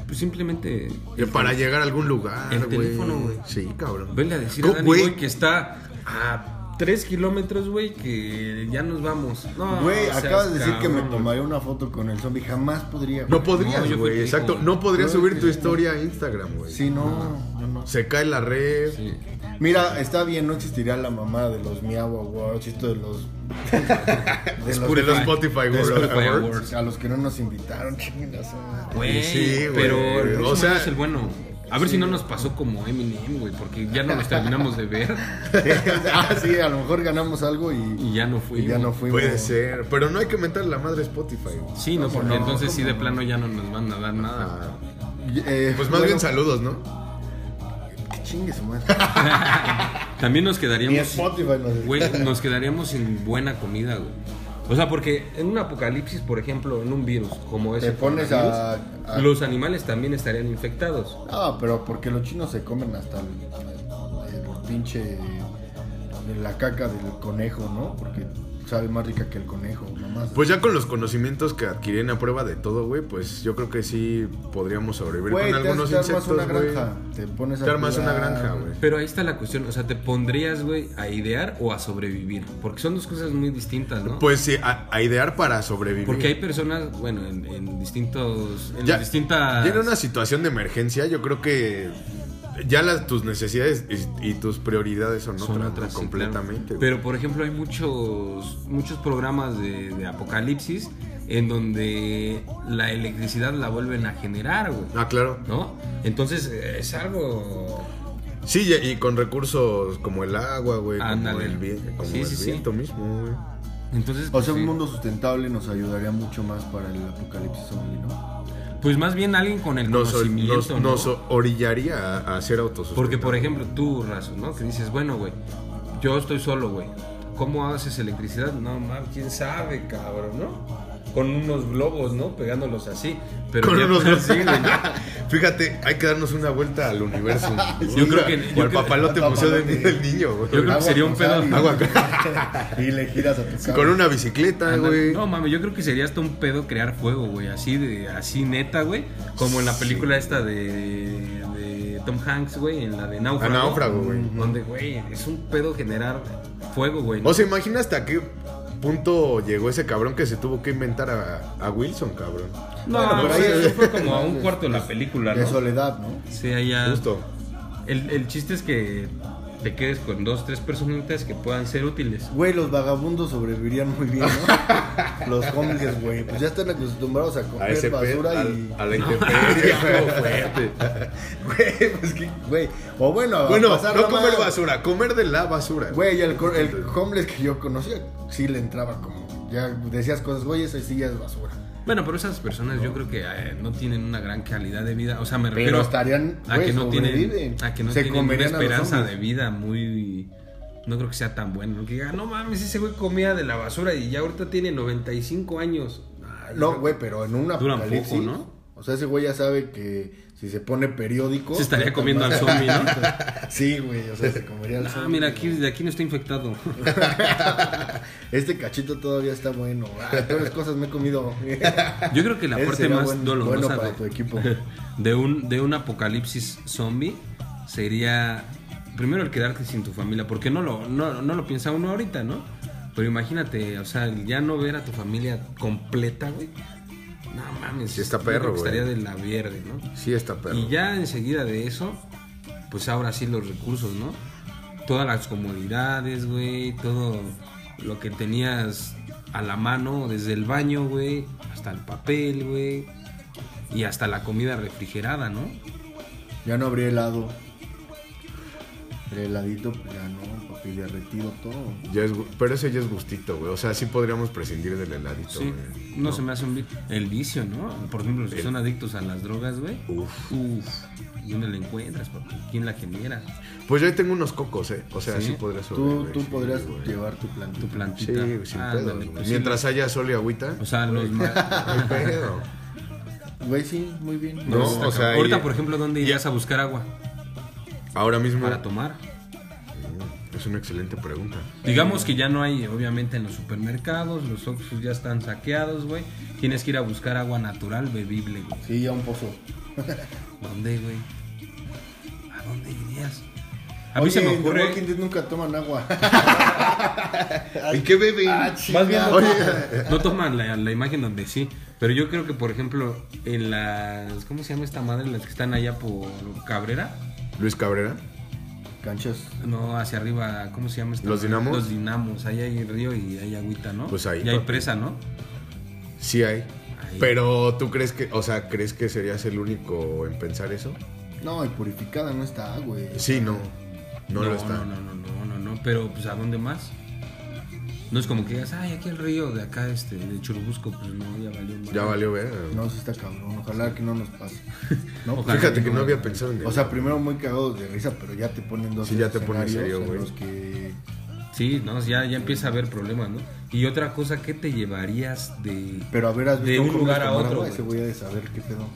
Speaker 1: Pues simplemente.
Speaker 2: de para llegar a algún lugar,
Speaker 1: el
Speaker 2: güey.
Speaker 1: teléfono, güey.
Speaker 2: Sí, cabrón.
Speaker 1: Venle a decir
Speaker 2: Co-
Speaker 1: a Dani, güey, que está a 3 kilómetros, güey, que ya nos vamos. No,
Speaker 3: Güey,
Speaker 1: seas
Speaker 3: acabas de decir que me
Speaker 1: cabrón,
Speaker 3: tomaría una foto con el zombie. Jamás podría.
Speaker 2: No
Speaker 3: güey.
Speaker 1: No,
Speaker 2: podrías,
Speaker 1: yo fui
Speaker 2: güey.
Speaker 1: el que
Speaker 2: exacto.
Speaker 1: dijo-
Speaker 2: No podrías
Speaker 3: Yo
Speaker 2: subir
Speaker 3: fui
Speaker 2: tu
Speaker 3: el que-
Speaker 2: historia a Instagram, güey.
Speaker 3: Sí, no, no, no.
Speaker 2: Se cae la red.
Speaker 1: güey. Sí.
Speaker 3: Mira, está bien, no existiría la mamada de los Miau Awards, esto de los. de los-
Speaker 2: De los Spotify,
Speaker 1: De
Speaker 2: güey.
Speaker 1: Spotify Awards.
Speaker 3: a los que no nos invitaron, chinguen a su madre.
Speaker 1: Güey,
Speaker 2: Sí, güey.
Speaker 1: pero el
Speaker 2: O
Speaker 1: próximo
Speaker 2: sea-
Speaker 1: año es el bueno. A ver si no nos pasó como Eminem, güey, porque ya no nos terminamos de ver
Speaker 3: ah, sí, a lo mejor ganamos algo y,
Speaker 1: y ya no fuimos.
Speaker 3: y ya no fuimos.
Speaker 2: Puede ser. Pero no hay que mentar la madre Spotify, güey.
Speaker 1: Sí, no, porque
Speaker 3: no,
Speaker 1: entonces
Speaker 3: ¿cómo
Speaker 1: sí de
Speaker 3: no?
Speaker 1: plano ya no nos van a dar nada.
Speaker 2: Ah.
Speaker 3: Y, eh,
Speaker 2: Pues más
Speaker 3: bueno,
Speaker 2: bien saludos, ¿no?
Speaker 3: que Chingue su madre.
Speaker 1: También nos
Speaker 3: Ni
Speaker 1: quedaríamos,
Speaker 3: Spotify nos
Speaker 1: güey, nos quedaríamos sin buena comida, güey. O sea, porque en un apocalipsis, por ejemplo, en un virus como ese,
Speaker 3: Te pones a- a-
Speaker 1: los animales también estarían infectados.
Speaker 3: Ah, pero porque los chinos se comen hasta el, el pinche de la caca del conejo, ¿no? Porque sabe más rica que el conejo, nomás.
Speaker 2: Pues ya con los conocimientos que adquirí en la prueba de todo, güey, pues yo creo que sí podríamos sobrevivir
Speaker 3: Güey,
Speaker 2: con
Speaker 3: te,
Speaker 2: algunos
Speaker 3: te armas
Speaker 2: insectos,
Speaker 3: una
Speaker 2: güey.
Speaker 3: granja, te pones a
Speaker 2: Te armas una
Speaker 3: cuidar.
Speaker 2: granja, güey.
Speaker 1: Pero ahí está la cuestión, o sea, te pondrías, güey, a idear o a sobrevivir, porque son dos cosas muy distintas, ¿no?
Speaker 2: Pues sí, a, a idear para sobrevivir.
Speaker 1: Porque hay personas, bueno, en, en distintos. En
Speaker 2: ya,
Speaker 1: las distintas.
Speaker 2: ya en una situación de emergencia, yo creo que ya las, tus necesidades y, y tus prioridades son,
Speaker 1: son
Speaker 2: otras,
Speaker 1: otras, sí,
Speaker 2: completamente.
Speaker 1: claro.
Speaker 2: güey.
Speaker 1: Pero por ejemplo, hay muchos, muchos programas de, de apocalipsis en donde la electricidad la vuelven a generar, güey.
Speaker 2: Ah, claro.
Speaker 1: ¿No? Entonces eh, es algo.
Speaker 2: Sí, y- y con recursos como el agua, güey, como
Speaker 1: Ándale.
Speaker 2: el, bien, como
Speaker 1: Sí,
Speaker 2: el
Speaker 1: sí, sí.
Speaker 2: viento mismo, güey.
Speaker 1: Entonces,
Speaker 3: O sea,
Speaker 1: sí.
Speaker 3: un mundo sustentable nos ayudaría mucho más para el apocalipsis zombie, ¿no?
Speaker 1: Pues más bien alguien con el
Speaker 2: Nos,
Speaker 1: conocimiento.
Speaker 2: nos-
Speaker 1: ¿no?
Speaker 2: nos orillaría a, a ser autosustentables.
Speaker 1: Porque, por ejemplo, tú, Razo, ¿no? Que dices, bueno, güey, yo estoy solo, güey. ¿Cómo haces electricidad? No, mames, quién sabe, cabrón, ¿no? Con unos globos, ¿no? Pegándolos así. Pero
Speaker 2: Con
Speaker 1: ya-
Speaker 2: unos globos.
Speaker 1: Sí, güey, ¿no?
Speaker 2: Fíjate, hay que darnos una vuelta al universo.
Speaker 1: Yo creo que-
Speaker 2: O
Speaker 1: yo
Speaker 2: al
Speaker 1: creo-
Speaker 2: papalote
Speaker 3: al
Speaker 2: museo de-
Speaker 3: papalote.
Speaker 2: del niño, güey.
Speaker 1: Yo creo que sería un
Speaker 3: con
Speaker 1: pedo.
Speaker 3: sal y-
Speaker 2: Agua
Speaker 3: Y le giras a tu casa.
Speaker 2: Con una bicicleta, güey.
Speaker 1: No mames, yo creo que sería hasta un pedo crear fuego, güey. Así de, así neta, güey. Como en la película esta de, de Tom Hanks, güey, en la de Náufrago.
Speaker 2: A náufrago, güey.
Speaker 1: Donde, güey, es un pedo generar fuego, güey. ¿no?
Speaker 2: O sea, imagina hasta qué punto llegó ese cabrón que se tuvo que inventar a, a Wilson, cabrón.
Speaker 1: no,
Speaker 3: bueno,
Speaker 1: pues,
Speaker 3: por ahí-
Speaker 1: eso fue como a un cuarto de la película,
Speaker 3: De
Speaker 1: ¿no?
Speaker 3: soledad, ¿no?
Speaker 1: Sí, allá.
Speaker 2: Justo.
Speaker 1: El, el chiste es que te quedes con dos, tres personitas que puedan ser útiles.
Speaker 3: Güey, los vagabundos sobrevivirían muy bien, ¿no? los homeless, güey. Pues ya están acostumbrados a
Speaker 2: A
Speaker 3: comer
Speaker 2: ese pedo.
Speaker 3: basura y.
Speaker 2: A la intemperie. güey.
Speaker 3: Güey, pues que, güey. O bueno, a
Speaker 2: Bueno,
Speaker 3: pasarla
Speaker 2: no comer
Speaker 3: mal.
Speaker 2: basura, comer de la basura.
Speaker 3: Güey, el, cor- el homeless que yo conocía, sí le entraba como. Ya decías cosas, güey, eso sí ya es basura.
Speaker 1: Bueno, pero esas personas yo creo que eh, no tienen una gran calidad de vida. O sea, me
Speaker 3: Pero
Speaker 1: refiero
Speaker 3: estarían,
Speaker 1: a
Speaker 3: güey,
Speaker 1: que no tienen,
Speaker 3: sobreviven.
Speaker 1: a que no
Speaker 3: Se
Speaker 1: tienen una
Speaker 3: comerían a los
Speaker 1: esperanza
Speaker 3: zombies.
Speaker 1: de vida muy... No creo que sea tan bueno. ¿no? Que diga, no mames, ese güey comía de la basura y ya ahorita tiene 95 años. Ay,
Speaker 3: No, güey, pero en una
Speaker 1: Duran
Speaker 3: apocalipsis.
Speaker 1: poco, ¿no?
Speaker 3: O sea, ese güey ya sabe que si se pone periódico.
Speaker 1: Se estaría comiendo al zombie, ¿no?
Speaker 3: Sí, güey, o sea, se comería al
Speaker 1: Ah,
Speaker 3: zombie.
Speaker 1: mira, aquí, de aquí no está infectado.
Speaker 3: Este cachito todavía está bueno. Ah, peores cosas me he comido.
Speaker 1: Yo creo que la
Speaker 3: Ese
Speaker 1: parte
Speaker 3: sería
Speaker 1: más
Speaker 3: buen-
Speaker 1: dolorosa
Speaker 3: Bueno para
Speaker 1: de-
Speaker 3: tu equipo.
Speaker 1: de un, de un apocalipsis zombie sería primero el quedarte sin tu familia, porque no lo, no, no lo piensa uno ahorita, ¿no? Pero imagínate, o sea, el ya no ver a tu familia completa, güey. No mames.
Speaker 2: Sí está
Speaker 1: yo creo
Speaker 2: perro,
Speaker 1: que
Speaker 2: güey.
Speaker 1: Estaría de la verde, ¿no?
Speaker 2: Sí, está perro.
Speaker 1: Y ya enseguida de eso, pues ahora sí los recursos, ¿no? Todas las comodidades, güey, todo lo que tenías a la mano, desde el baño, güey, hasta el papel, güey, y hasta la comida refrigerada, ¿no?
Speaker 3: Ya no habría helado. El heladito, pues, ya no, papi, derretido todo.
Speaker 2: Ya es gu- pero ese ya es gustito, güey. O sea, sí podríamos prescindir del heladito,
Speaker 1: Sí,
Speaker 2: güey.
Speaker 1: no, se me hace un vi- el vicio, ¿no? Por ejemplo, los que son adictos a las drogas, güey.
Speaker 2: Uf.
Speaker 1: Uf, ¿y dónde la encuentras, papi? ¿Quién la genera?
Speaker 2: Pues yo ahí tengo unos cocos, ¿eh? O sea,
Speaker 1: Sí.
Speaker 2: sí, podría
Speaker 3: Tú,
Speaker 2: sobrevivir,
Speaker 3: tú
Speaker 2: sí,
Speaker 3: podrías
Speaker 2: güey.
Speaker 3: llevar tu plantita.
Speaker 1: Tu
Speaker 2: Sí,
Speaker 1: plantita.
Speaker 2: sin pedos,
Speaker 1: Ándale,
Speaker 2: güey.
Speaker 1: pues sí, Pues,
Speaker 2: Mientras haya sol y agüita.
Speaker 1: O sea, los ma-
Speaker 2: no hay pedo.
Speaker 3: Güey, sí, muy bien.
Speaker 2: No,
Speaker 1: Está
Speaker 2: o sea,
Speaker 1: cabrón. ahorita
Speaker 2: y-
Speaker 1: por ejemplo, ¿dónde irías a buscar agua
Speaker 2: Ahora mismo.
Speaker 1: para tomar?
Speaker 2: Es una excelente pregunta.
Speaker 1: Digamos que ya no hay, obviamente, en los supermercados, los Oxxos ya están saqueados, güey. Tienes que ir a buscar agua natural bebible, güey.
Speaker 3: Sí, ya un pozo.
Speaker 1: ¿Dónde, güey? ¿A dónde irías? A mí
Speaker 3: Oye,
Speaker 1: se me
Speaker 3: en The Walking
Speaker 1: ocurre.
Speaker 3: Dead nunca toman agua. Ah,
Speaker 2: ¿Y qué beben?
Speaker 1: Más bien, no,
Speaker 2: Oye.
Speaker 1: no toman la, la imagen donde sí. Pero yo creo que, por ejemplo, en las. ¿Cómo se llama esta madre? Las que están allá por Cabrera.
Speaker 2: Luis Cabrera.
Speaker 3: Canchas.
Speaker 1: No, hacia arriba, ¿cómo se llama esta
Speaker 2: ¿Los
Speaker 1: madre?
Speaker 2: dinamos?
Speaker 1: Los dinamos. Ahí hay río y hay agüita, ¿no?
Speaker 2: Pues ahí,
Speaker 1: Y hay
Speaker 2: papi.
Speaker 1: presa, ¿no?
Speaker 2: Sí hay.
Speaker 1: Ay.
Speaker 2: Pero tú crees que, o sea, ¿crees que serías el único en pensar eso?
Speaker 3: No, y purificada no está, güey.
Speaker 2: Sí, no. No, lo está.
Speaker 1: No, no, no, no, no, no, pero pues ¿a dónde más? No es como que digas, ay, aquí el río de acá, este, de Churubusco, pues no, ya valió. madre.
Speaker 2: Ya valió ver.
Speaker 3: No, sí está cabrón. Ojalá que no nos pase. No,
Speaker 1: Ojalá.
Speaker 2: Fíjate que no había pensado en
Speaker 3: O sea, primero muy cagados de risa, pero ya te ponen dos
Speaker 2: Sí, ya te pone
Speaker 3: escenarios
Speaker 2: serio,
Speaker 3: en
Speaker 2: güey.
Speaker 3: los que
Speaker 1: Sí, no, ya, ya empieza a haber problemas, ¿no? Y otra cosa, ¿qué te llevarías de...?
Speaker 3: Pero a ver, ¿has
Speaker 1: De
Speaker 3: visto
Speaker 1: un
Speaker 3: homeless
Speaker 1: lugar a
Speaker 3: tomar
Speaker 1: otro,
Speaker 3: agua?
Speaker 1: güey.
Speaker 3: Ese voy a de saber qué pedo.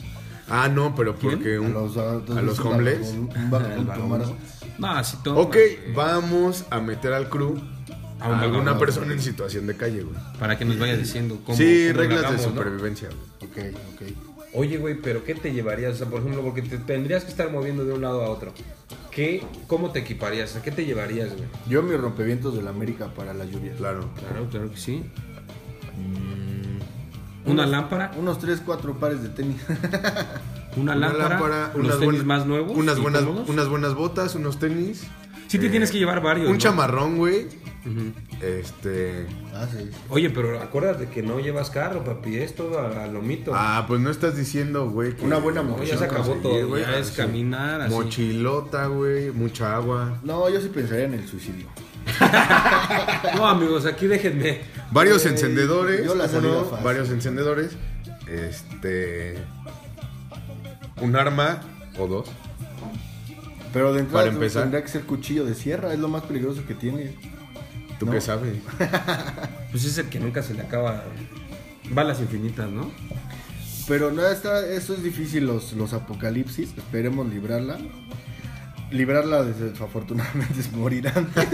Speaker 2: Ah, no, pero
Speaker 1: ¿Quién?
Speaker 2: porque
Speaker 3: A
Speaker 2: un.
Speaker 3: los, ah, a
Speaker 2: ¿A los homeless?
Speaker 3: Un
Speaker 1: El
Speaker 3: vagabundo
Speaker 1: vagabundo.
Speaker 3: tomar agua.
Speaker 1: No, así todo.
Speaker 2: Ok, vamos a meter al crew
Speaker 1: A un
Speaker 2: a alguna
Speaker 1: vagabundo.
Speaker 2: persona en situación de calle, güey.
Speaker 1: Para que nos vaya diciendo cómo...
Speaker 2: Sí,
Speaker 1: cómo lo
Speaker 2: reglas de
Speaker 1: hagamos, ¿no?
Speaker 2: supervivencia, güey.
Speaker 3: Ok, ok.
Speaker 1: Oye, güey, pero ¿qué te llevarías? O sea, por ejemplo, porque te tendrías que estar moviendo de un lado a otro. ¿Qué, ¿Cómo te equiparías? O sea, ¿qué te llevarías, güey?
Speaker 3: Yo mi rompevientos de la América para las lluvias.
Speaker 2: Claro.
Speaker 1: Claro, claro que sí. Una lámpara,
Speaker 3: Unos 3, 4 pares de tenis.
Speaker 1: una lámpara, los
Speaker 2: unas
Speaker 1: tenis
Speaker 2: buenas-
Speaker 1: más nuevos.
Speaker 2: Unas
Speaker 1: y
Speaker 2: buenas,
Speaker 1: cómodos.
Speaker 2: unas buenas botas, unos tenis.
Speaker 1: Sí te
Speaker 2: Eh,
Speaker 1: tienes que llevar varios.
Speaker 2: Un
Speaker 1: ¿no?
Speaker 2: chamarrón, güey.
Speaker 1: Ujú.
Speaker 2: Este.
Speaker 3: ah, sí.
Speaker 1: Oye, pero acuérdate que no llevas carro, papi, es todo a, a lomito.
Speaker 2: Ah, pues no estás diciendo, güey. que-
Speaker 3: Una buena
Speaker 1: No,
Speaker 2: No,
Speaker 1: ya
Speaker 3: mochila
Speaker 1: se acabó
Speaker 2: conseguí,
Speaker 1: todo,
Speaker 2: güey.
Speaker 1: ya es
Speaker 2: Sí.
Speaker 1: caminar así.
Speaker 2: Mochilota, güey. Mucha agua.
Speaker 3: No, yo sí pensaría en el suicidio.
Speaker 1: No, amigos, aquí déjenme.
Speaker 2: Varios
Speaker 3: Eh,
Speaker 2: encendedores.
Speaker 3: yo la
Speaker 2: ¿cómo
Speaker 3: salida
Speaker 2: no?
Speaker 3: fácil.
Speaker 2: Varios encendedores. Este. Un arma o dos.
Speaker 3: Pero de entrada
Speaker 2: Para empezar.
Speaker 3: tendría que ser cuchillo de sierra, es lo más peligroso que tiene.
Speaker 2: ¿Tú
Speaker 3: No.
Speaker 2: qué sabes?
Speaker 1: Pues es el que nunca se le acaba. Balas infinitas, ¿no?
Speaker 3: Pero no está, eso es difícil los, los apocalipsis, esperemos librarla. Librarla des- desafortunadamente es morir antes.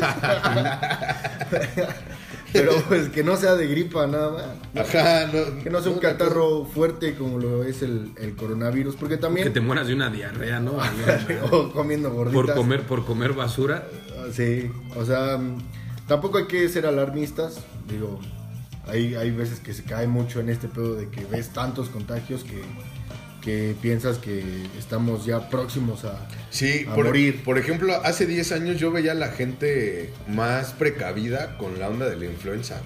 Speaker 3: Pero pues que no sea de gripa nada más.
Speaker 2: Ajá, no.
Speaker 3: Que no sea un catarro fuerte como lo es el, el coronavirus. Porque
Speaker 1: Que
Speaker 3: también
Speaker 1: te mueras de una diarrea,
Speaker 2: Ah,
Speaker 1: ¿no?
Speaker 3: o comiendo gorditas.
Speaker 1: por comer, por comer basura.
Speaker 3: Ah, Sí, o sea, mm, tampoco hay que ser alarmistas. Digo, hay, hay veces que se cae mucho en este pedo de que ves tantos contagios que, que piensas que estamos ya próximos a,
Speaker 2: Sí,
Speaker 3: a
Speaker 2: por,
Speaker 3: morir.
Speaker 2: por ejemplo, hace 10 años yo veía a la gente más precavida con la onda de la influenza.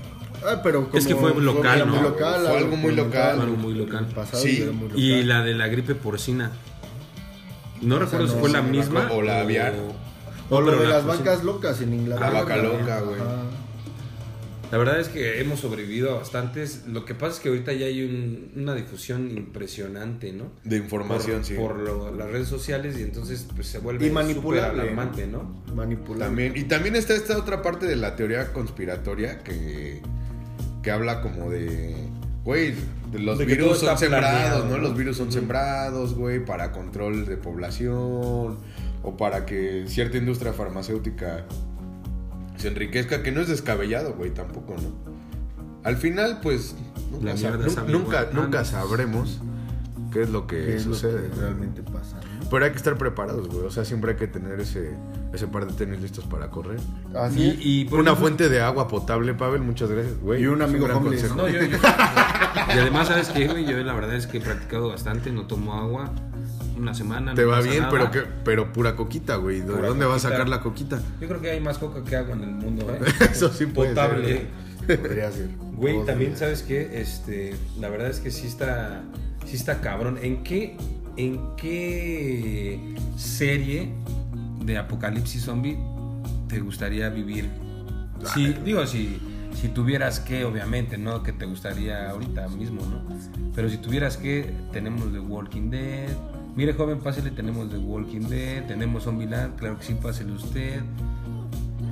Speaker 3: Ah, pero
Speaker 1: Es que fue local,
Speaker 3: algo muy
Speaker 1: ¿no?
Speaker 3: local,
Speaker 2: Fue algo muy local.
Speaker 1: Fue algo muy local.
Speaker 3: Pasado,
Speaker 2: Sí,
Speaker 3: pero muy
Speaker 1: Y
Speaker 3: local.
Speaker 1: la de la gripe porcina. No recuerdo
Speaker 3: no,
Speaker 1: si fue la
Speaker 3: sí,
Speaker 1: misma.
Speaker 2: o la aviar.
Speaker 1: No,
Speaker 3: O lo
Speaker 1: pero
Speaker 3: de
Speaker 1: la
Speaker 3: las
Speaker 1: porcina.
Speaker 3: vacas locas en Inglaterra.
Speaker 2: La vaca loca, güey.
Speaker 3: Ajá.
Speaker 1: La verdad es que hemos sobrevivido a bastantes. Lo que pasa es que ahorita ya hay un- una difusión impresionante, ¿no?
Speaker 2: De información,
Speaker 1: por,
Speaker 2: sí.
Speaker 1: por lo- las redes sociales y entonces pues, se vuelve
Speaker 3: Y manipulable.
Speaker 1: súper alarmante, ¿no?
Speaker 3: Manipulable.
Speaker 2: También, y también está esta otra parte de la teoría conspiratoria que, que habla como de Güey, de los
Speaker 1: De que todo
Speaker 2: virus
Speaker 1: está
Speaker 2: son sembrados,
Speaker 1: planeado,
Speaker 2: ¿no?
Speaker 1: ¿no?
Speaker 2: Los virus son sembrados, güey, para control de población o para que cierta industria farmacéutica se enriquezca, que no es descabellado, güey, tampoco, ¿no? Al final, pues, nunca,
Speaker 1: La
Speaker 2: sab-
Speaker 1: mierda
Speaker 2: nu-
Speaker 1: sabe
Speaker 2: nunca,
Speaker 1: igual.
Speaker 2: nunca
Speaker 1: Ah, no.
Speaker 2: sabremos qué es lo
Speaker 3: ¿Qué
Speaker 2: que
Speaker 3: es lo
Speaker 2: sucede.
Speaker 3: que realmente pasa? ¿no?
Speaker 2: Pero hay que estar preparados, güey. O sea, siempre hay que tener ese, ese par de tenis listos para correr.
Speaker 3: Así
Speaker 1: Y,
Speaker 3: es.
Speaker 1: y, por
Speaker 2: Una
Speaker 1: ejemplo,
Speaker 2: fuente de agua potable, Pavel, muchas gracias, güey.
Speaker 3: Y un
Speaker 2: Es
Speaker 3: amigo
Speaker 2: gran
Speaker 3: homeless,
Speaker 1: No,
Speaker 2: consejo.
Speaker 1: yo, yo- y además, ¿sabes qué, güey? Yo la verdad es que he practicado bastante, no tomo agua. Una semana. no
Speaker 2: Te va
Speaker 1: pasa
Speaker 2: bien,
Speaker 1: nada.
Speaker 2: pero que, pero pura coquita, güey. ¿De
Speaker 1: Pura
Speaker 2: dónde va a
Speaker 1: coquita.
Speaker 2: sacar la coquita?
Speaker 1: Yo creo que hay más coca que agua en el mundo, ¿eh?
Speaker 2: Eso sí puede ser,
Speaker 1: Potable.
Speaker 2: güey.
Speaker 1: ¿eh?
Speaker 3: Podría ser.
Speaker 1: Güey,
Speaker 3: Podría
Speaker 1: también,
Speaker 3: ser.
Speaker 1: ¿sabes qué? Este, la verdad es que sí está, sí está cabrón. ¿En qué, ¿En qué serie de apocalipsis zombie te gustaría vivir? Si, digo, si, si tuvieras que, obviamente, ¿no? Que te gustaría ahorita mismo, ¿no? Pero si tuvieras que, tenemos The Walking Dead. Mire, joven, pásele, tenemos The Walking Dead. Tenemos Zombieland, claro que sí, pásele usted.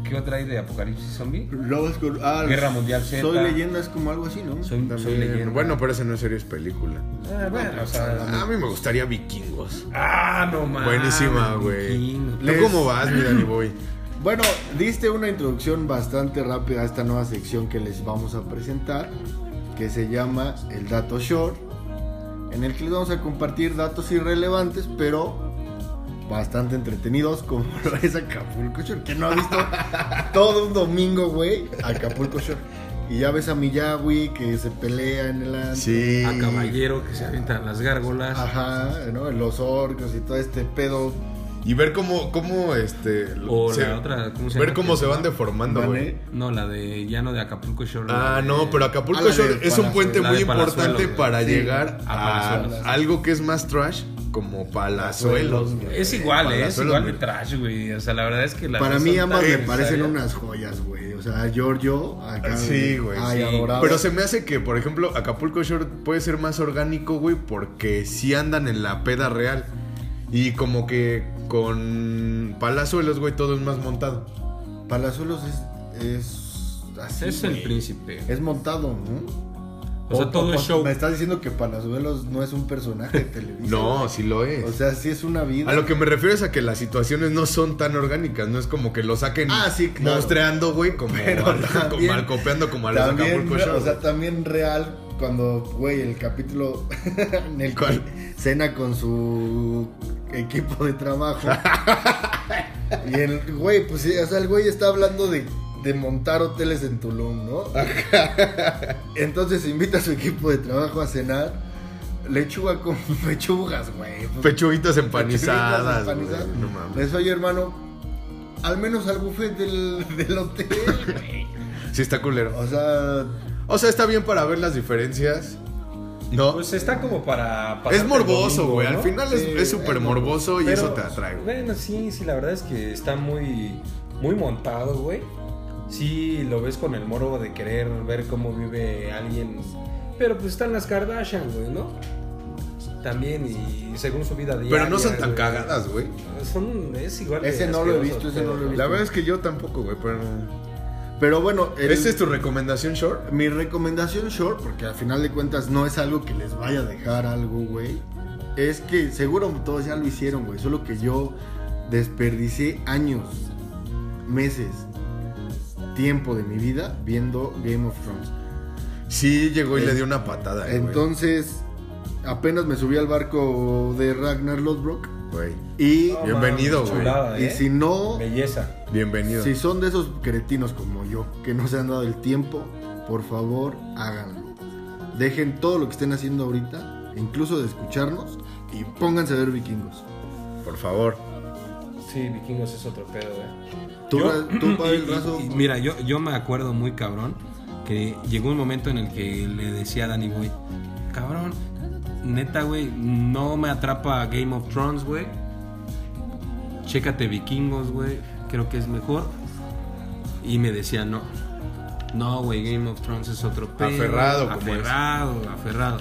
Speaker 1: ¿Qué otra hay de apocalipsis zombie?
Speaker 3: Robas con- ah,
Speaker 1: Guerra Mundial Z.
Speaker 3: Soy leyenda, es como algo así, ¿no?
Speaker 1: Soy, soy
Speaker 2: También.
Speaker 1: leyenda.
Speaker 2: Bueno, pero esa no es serie, es película.
Speaker 1: Ah, bueno, o
Speaker 2: A
Speaker 1: sea.
Speaker 2: mí me gustaría vikingos.
Speaker 1: Ah, no mames.
Speaker 2: Buenísima, güey.
Speaker 1: Vikingos.
Speaker 2: ¿Tú
Speaker 3: Les-
Speaker 2: cómo vas, mi Danny Boy?
Speaker 3: Bueno, diste una introducción bastante rápida a esta nueva sección que les vamos a presentar, que se llama El Dato Short, en el que les vamos a compartir datos irrelevantes, pero bastante entretenidos, como lo es Acapulco Short, que no ha visto todo un domingo, güey, Acapulco Short. Y ya ves a Miyagi que se pelea en el antro.
Speaker 2: Sí.
Speaker 1: A caballero que se avientan las gárgolas.
Speaker 6: Ah.
Speaker 3: Ajá, ¿no? Los orcos y todo este pedo.
Speaker 2: Y ver cómo, cómo este.
Speaker 1: O la otra, ¿cómo se
Speaker 2: ver
Speaker 1: llama?
Speaker 2: cómo se van deformando,
Speaker 3: ¿vale?
Speaker 2: güey.
Speaker 1: No, la de Llano de Acapulco Shore. la
Speaker 2: Ah,
Speaker 1: de-
Speaker 2: no, pero
Speaker 3: Ah,
Speaker 2: Acapulco
Speaker 3: la de
Speaker 2: Shore es un
Speaker 3: Palazuelos.
Speaker 2: puente
Speaker 1: La
Speaker 2: muy
Speaker 1: de Palazuelos,
Speaker 2: importante
Speaker 1: güey.
Speaker 2: para
Speaker 1: Sí,
Speaker 2: llegar
Speaker 1: a
Speaker 2: a,
Speaker 1: Palazuelos.
Speaker 2: algo que es más trash, como Palazuelos. güey.
Speaker 1: Es igual, eh, es
Speaker 2: Palazuelos,
Speaker 1: igual de
Speaker 2: güey.
Speaker 1: trash, güey. O sea, la verdad es que las
Speaker 3: Para
Speaker 1: dos
Speaker 3: mí
Speaker 1: son
Speaker 3: ambas
Speaker 1: tan
Speaker 3: me parecen
Speaker 1: necesarias.
Speaker 3: unas joyas, güey. O sea, Giorgio, acá.
Speaker 2: Sí, güey,
Speaker 3: Ay,
Speaker 1: sí.
Speaker 3: adorable.
Speaker 2: Pero se me hace que, por ejemplo, Acapulco Shore puede ser más orgánico, güey, porque sí andan en la peda real. Y como que con Palazuelos, güey, todo es más montado.
Speaker 3: Palazuelos es, es así.
Speaker 1: Es el
Speaker 3: güey.
Speaker 1: príncipe.
Speaker 6: Eh,
Speaker 3: Es montado, ¿no?
Speaker 1: O sea, todo es show.
Speaker 3: Me estás diciendo que Palazuelos no es un personaje de televisión.
Speaker 2: No, sí lo es.
Speaker 3: O sea, sí es una vida.
Speaker 2: a lo que me refiero es a que las situaciones no son tan orgánicas, no es como que lo saquen
Speaker 3: Ah, sí, claro.
Speaker 2: mostreando, güey, como,
Speaker 3: Pero
Speaker 2: al- como
Speaker 3: también-
Speaker 2: al copiando como a los
Speaker 3: también,
Speaker 2: Acapulco Shore.
Speaker 3: o sea, también real cuando, güey, el capítulo en el que
Speaker 2: ¿Cuál?
Speaker 3: cena con su equipo de trabajo. y el güey, pues, sí, o sea, el güey está hablando de, de montar hoteles en Tulum, ¿no? Entonces invita a su equipo de trabajo a cenar lechuga con pechugas, güey.
Speaker 2: güey.
Speaker 3: Pues,
Speaker 2: Pechuguitas empanizadas. güey.
Speaker 3: empanizadas.
Speaker 2: No mames.
Speaker 3: Les oye, hermano, al menos al buffet del, del hotel, güey.
Speaker 2: Sí está culero.
Speaker 3: O sea,
Speaker 2: O sea, está bien para ver las diferencias. No.
Speaker 1: Pues está como para. pasarte
Speaker 2: es
Speaker 1: el
Speaker 2: morboso,
Speaker 1: domingo,
Speaker 2: güey.
Speaker 1: ¿no?
Speaker 2: Al final es-
Speaker 3: Sí,
Speaker 2: es súper
Speaker 3: es
Speaker 2: morboso y
Speaker 1: Pero,
Speaker 2: eso te atrae, güey.
Speaker 1: Bueno, sí, sí, la verdad es que está muy, muy montado, güey. Sí, lo ves con el morbo de querer ver cómo vive alguien. Pero pues están las Kardashian, güey, ¿no? También, y según su vida diaria.
Speaker 2: Pero no son tan
Speaker 1: güey.
Speaker 2: cagadas, güey.
Speaker 1: Son, es igual. de
Speaker 3: Ese no lo he visto,
Speaker 1: asqueroso,
Speaker 3: ese no lo he visto.
Speaker 2: La verdad es que yo tampoco, güey, pero...
Speaker 3: Pero bueno, el-
Speaker 2: ¿Esa es tu recomendación, Short?
Speaker 3: mi recomendación short, porque al final de cuentas no es algo que les vaya a dejar algo, güey. Es que seguro todos ya lo hicieron, güey. Solo que yo desperdicé años, meses, tiempo de mi vida viendo Game of Thrones.
Speaker 2: Sí, llegó y
Speaker 3: Eh,
Speaker 2: le dio una patada, güey.
Speaker 3: Entonces, apenas me subí al barco de Ragnar Lodbrok.
Speaker 2: Güey,
Speaker 3: Y,
Speaker 1: No
Speaker 2: Bienvenido,
Speaker 1: mames,
Speaker 2: güey.
Speaker 1: chulada,
Speaker 3: y
Speaker 1: ¿eh?
Speaker 3: si no,
Speaker 1: Belleza.
Speaker 2: bienvenido.
Speaker 3: si son de esos cretinos como yo, que no se han dado el tiempo, por favor, háganlo. Dejen todo lo que estén haciendo ahorita, incluso de escucharnos, y pónganse a ver vikingos.
Speaker 2: Por favor.
Speaker 1: Sí, vikingos es otro pedo, güey.
Speaker 3: Tú,
Speaker 1: Yo-
Speaker 2: eh,
Speaker 3: Ra- tú, Pavel
Speaker 1: y- y-
Speaker 3: Razo,
Speaker 1: y mira, yo, yo me acuerdo muy cabrón que llegó un momento en el que le decía a Danny Boy, cabrón, neta, güey, no me atrapa Game of Thrones, güey. Chécate vikingos, güey, creo que es mejor. Y me decía, no, no, güey, Game of Thrones es otro pedo.
Speaker 2: Aferrado, como es.
Speaker 1: aferrado, aferrado.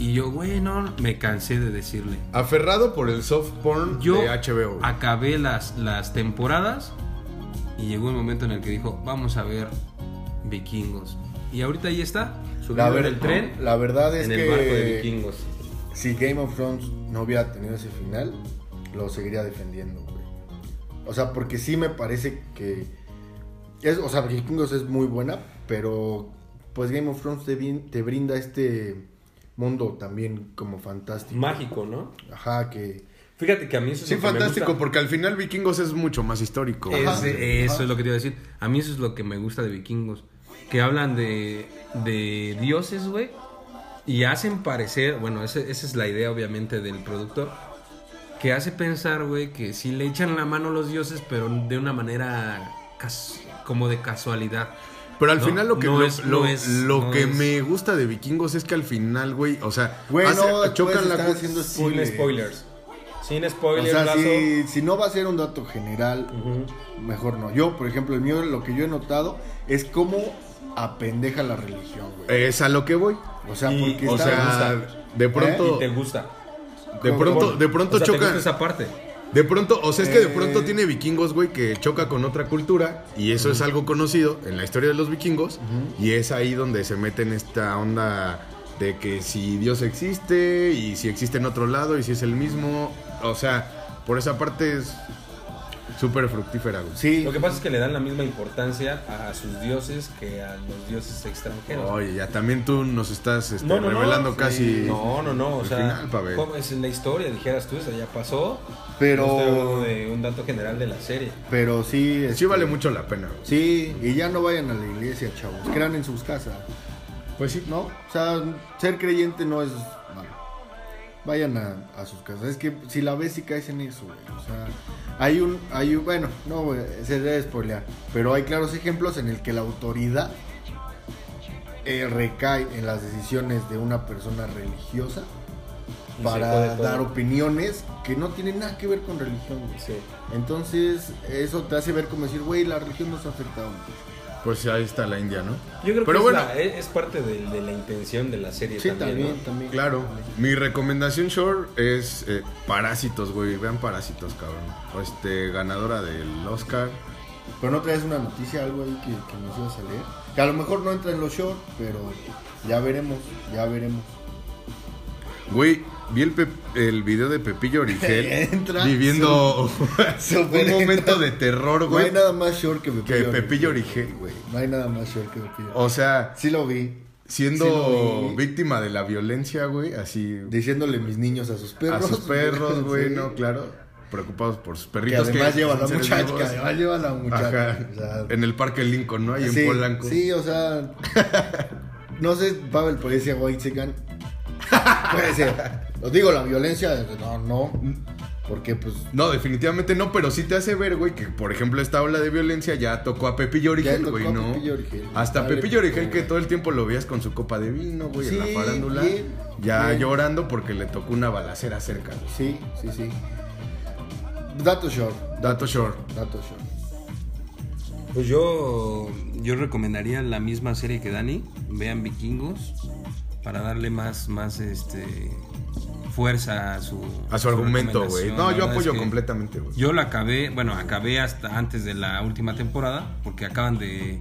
Speaker 1: Y yo, güey, no, me cansé de decirle.
Speaker 2: Aferrado por el soft porn
Speaker 1: Yo
Speaker 2: de HBO. güey.
Speaker 1: acabé las, las temporadas y llegó un momento en el que dijo, vamos a ver vikingos. Y ahorita ahí está,
Speaker 3: La,
Speaker 1: subido en
Speaker 3: ver-
Speaker 1: el tren,
Speaker 3: la verdad es
Speaker 1: en
Speaker 3: que
Speaker 1: el barco de vikingos.
Speaker 3: si Game of Thrones no hubiera tenido ese final, lo seguiría defendiendo, güey. O sea, porque sí me parece que. Es, o sea, Vikingos es muy buena, pero pues Game of Thrones te, brin- te brinda este mundo también como fantástico.
Speaker 1: Mágico, ¿no?
Speaker 3: Ajá, que.
Speaker 1: Fíjate que a mí eso es
Speaker 2: Sí,
Speaker 1: lo que me
Speaker 2: fantástico,
Speaker 1: gusta.
Speaker 2: porque al final Vikingos es mucho más histórico.
Speaker 1: Es-
Speaker 2: Ajá.
Speaker 1: eso es lo que te iba a decir. A mí eso es lo que me gusta de vikingos. Que hablan de, de dioses, güey. Y hacen parecer, bueno, ese- esa es la idea obviamente del productor. Que hace pensar, güey, que si le echan la mano los dioses, pero de una manera cas- como de casualidad.
Speaker 2: Pero al
Speaker 1: No,
Speaker 2: final lo que,
Speaker 1: no
Speaker 2: lo,
Speaker 1: es-
Speaker 2: lo-
Speaker 1: no es-
Speaker 2: lo
Speaker 1: no
Speaker 2: que
Speaker 1: es.
Speaker 2: me gusta de Vikingos es que al final, güey, o sea,
Speaker 3: Güey,
Speaker 2: hace-
Speaker 3: no, después
Speaker 2: chocan la
Speaker 3: están
Speaker 2: cu-
Speaker 3: haciendo
Speaker 1: Sin spoilers. Sin
Speaker 3: O
Speaker 1: spoilers,
Speaker 3: sea,
Speaker 1: Lazo.
Speaker 3: si, si no va a ser un dato general,
Speaker 1: Ujú.
Speaker 3: mejor no. Yo, por ejemplo, el mío, lo que yo he notado es cómo apendeja la religión, güey.
Speaker 2: Es a lo que voy.
Speaker 3: O sea,
Speaker 1: y-
Speaker 3: porque
Speaker 2: O
Speaker 1: te
Speaker 3: está-
Speaker 2: sea,
Speaker 1: gusta.
Speaker 2: de pronto,
Speaker 1: Y te ¿Eh? gusta.
Speaker 2: de pronto, de pronto
Speaker 1: O sea, te
Speaker 2: chocan.
Speaker 1: gusta esa parte.
Speaker 2: De pronto, o sea, es que de
Speaker 3: Eh.
Speaker 2: pronto tiene vikingos, güey, que choca con otra cultura y eso es algo conocido en la historia de los vikingos y es ahí donde se mete en esta onda de que si Dios existe y si existe en otro lado y si es el mismo, o sea, por esa parte es súper fructífera, güey.
Speaker 3: Sí,
Speaker 1: Lo que pasa es que le dan la misma importancia a sus dioses que a los dioses extranjeros.
Speaker 2: Oye, ya también tú nos estás este, revelando
Speaker 1: sí.
Speaker 2: casi.
Speaker 1: No, no, no. O
Speaker 2: el
Speaker 1: sea,
Speaker 2: final, pa' ver.
Speaker 1: ¿cómo es la historia? Dijeras tú, eso ya pasó. No estoy
Speaker 3: pero,
Speaker 1: hablando de un dato general de la serie.
Speaker 3: pero sí.
Speaker 2: Sí
Speaker 3: este,
Speaker 2: vale mucho la pena, güey.
Speaker 3: Sí, y ya no vayan a la iglesia, chavos. Crean en sus casas,
Speaker 2: Pues sí,
Speaker 3: ¿no? O sea, ser creyente no es malo. Vayan a, a sus casas. Es que si la ves y caes en eso, güey. O sea, hay un, hay un, bueno, no, güey, se debe spoilear. Pero hay claros ejemplos en el que la autoridad eh, recae en las decisiones de una persona religiosa
Speaker 1: Y se
Speaker 3: para
Speaker 1: jode todo.
Speaker 3: dar opiniones que no tienen nada que ver con religión, güey.
Speaker 1: Sí.
Speaker 3: Entonces, eso te hace ver como decir, güey, la religión nos afecta. güey".
Speaker 2: pues ahí está la India, ¿no?
Speaker 1: Yo creo
Speaker 2: Pero
Speaker 1: que
Speaker 2: bueno.
Speaker 1: es, la- e, es- es parte de, de la intención de la serie
Speaker 3: Sí,
Speaker 1: también.
Speaker 3: también,
Speaker 1: ¿no?
Speaker 3: también.
Speaker 2: Claro, mi recomendación short es eh, Parásitos, güey. Vean Parásitos, cabrón. Este, ganadora del Oscar.
Speaker 3: Pero no traes una noticia, algo ahí que, que nos ibas a leer. Que a lo mejor no entra en los shorts, pero ya veremos, ya veremos.
Speaker 2: Güey, vi el, pep- el video de Pepillo Origel
Speaker 3: Entra
Speaker 2: viviendo
Speaker 3: súper
Speaker 2: un
Speaker 3: entra.
Speaker 2: momento de terror,
Speaker 3: No hay
Speaker 2: güey.
Speaker 3: nada más short que Pepillo.
Speaker 2: que
Speaker 3: Origel.
Speaker 2: Pepillo Origel, güey.
Speaker 3: No hay nada más short que Pepillo.
Speaker 2: O sea,
Speaker 3: Sí lo vi,
Speaker 2: siendo
Speaker 3: Sí lo vi.
Speaker 2: víctima de la violencia, güey, así
Speaker 3: diciéndole mis niños a sus perros.
Speaker 2: a sus perros, güey,
Speaker 3: Sí.
Speaker 2: no, claro, preocupados por sus
Speaker 3: Que
Speaker 2: perritos
Speaker 3: además lleva a la
Speaker 2: son seres
Speaker 3: muchacha,
Speaker 2: vivos.
Speaker 3: que además lleva a la muchacha.
Speaker 2: Ajá.
Speaker 3: O sea,
Speaker 2: En el Parque Lincoln, ¿no? Ahí
Speaker 3: sí,
Speaker 2: en Polanco.
Speaker 3: Sí, o sea. No sé, Pavel Policía White Chicken. Puede ser. Os digo, la violencia, no, no. Porque, pues.
Speaker 2: No, definitivamente no, pero sí te hace ver, güey, que por ejemplo esta ola de violencia ya tocó a Pepillo
Speaker 3: Ya
Speaker 2: Origel,
Speaker 3: tocó
Speaker 2: güey,
Speaker 3: a
Speaker 2: ¿no?
Speaker 3: Pepillo Origel.
Speaker 2: Hasta
Speaker 3: Dale,
Speaker 2: Pepillo Origel
Speaker 3: güey.
Speaker 2: que todo el tiempo lo veías con su copa de vino, güey, en
Speaker 3: Sí,
Speaker 2: la farándula,
Speaker 3: bien,
Speaker 2: ya
Speaker 3: bien.
Speaker 2: llorando porque le tocó una balacera cerca. güey.
Speaker 3: Sí, sí, sí. Dato short.
Speaker 2: Dato short.
Speaker 3: Dato short.
Speaker 1: Pues yo, yo recomendaría la misma serie que Dani. Vean Vikingos para darle más, más este, fuerza a su,
Speaker 2: A su argumento, güey.
Speaker 1: recomendación. La
Speaker 2: No, yo
Speaker 1: verdad es
Speaker 2: apoyo
Speaker 1: que
Speaker 2: completamente, güey.
Speaker 1: Yo la acabé, bueno, acabé hasta antes de la última temporada porque acaban de,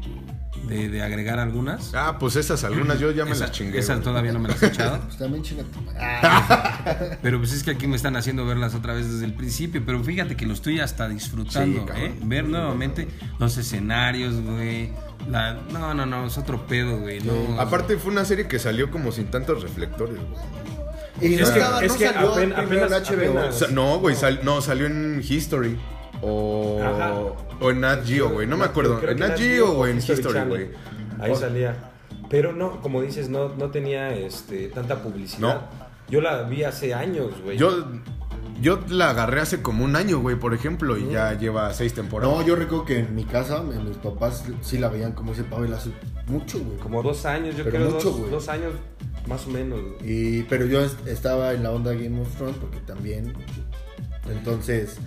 Speaker 1: de, de agregar algunas.
Speaker 2: Ah, pues esas algunas yo ya me
Speaker 1: Esa-
Speaker 2: las chingué.
Speaker 1: Esas
Speaker 2: güey.
Speaker 1: todavía no me las he echado.
Speaker 3: Pues también chinga tu madre.
Speaker 1: Pero pues es que aquí me están haciendo verlas otra vez desde el principio. Pero fíjate que lo estoy hasta disfrutando,
Speaker 2: Sí, cabrón.
Speaker 1: ¿eh? Ver nuevamente los escenarios, güey. La... No, no, no, es otro pedo, güey. No,
Speaker 2: Aparte fue una serie que salió como sin tantos reflectores, güey.
Speaker 3: Y no
Speaker 1: Es que-
Speaker 3: estaba-
Speaker 1: es
Speaker 3: no
Speaker 1: que
Speaker 3: salió
Speaker 1: apen-
Speaker 3: primero en
Speaker 1: apenas-
Speaker 3: HBO.
Speaker 1: apenas.
Speaker 2: O sea, no, güey, sal- no, salió en History. O,
Speaker 1: Ajá.
Speaker 2: o en Nat Geo, güey. No me acuerdo.
Speaker 1: Creo
Speaker 2: ¿En
Speaker 1: que era
Speaker 2: Nat Geo o en
Speaker 1: History
Speaker 2: History,
Speaker 1: Channel.
Speaker 2: güey?
Speaker 1: Ahí
Speaker 2: O-
Speaker 1: salía. Pero no, como dices, no, no tenía este, tanta publicidad. Yo la vi hace años, güey.
Speaker 2: Yo, yo la agarré hace como un año, güey, por ejemplo, y
Speaker 1: Mm.
Speaker 2: ya lleva seis temporadas.
Speaker 3: No, yo recuerdo que en mi casa, en mis papás sí la veían como ese Pavel hace mucho, güey.
Speaker 1: Como dos años, yo
Speaker 3: Pero
Speaker 1: creo,
Speaker 3: mucho,
Speaker 1: dos,
Speaker 3: güey.
Speaker 1: dos años más o menos. güey.
Speaker 3: Y, pero yo est- estaba en la onda Game of Thrones porque también. Entonces,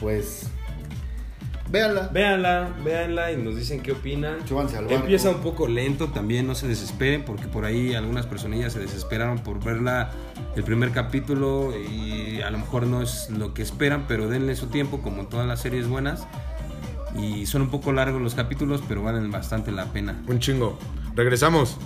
Speaker 3: pues. Véanla.
Speaker 1: Véanla, véanla y nos dicen qué opinan.
Speaker 3: Súbanse al barco.
Speaker 1: Empieza un poco lento también, no se desesperen, porque por ahí algunas personillas se desesperaron por verla el primer capítulo y a lo mejor no es lo que esperan, pero denle su tiempo, como en todas las series buenas. Y son un poco largos los capítulos, pero valen bastante la pena.
Speaker 2: Un chingo. Regresamos.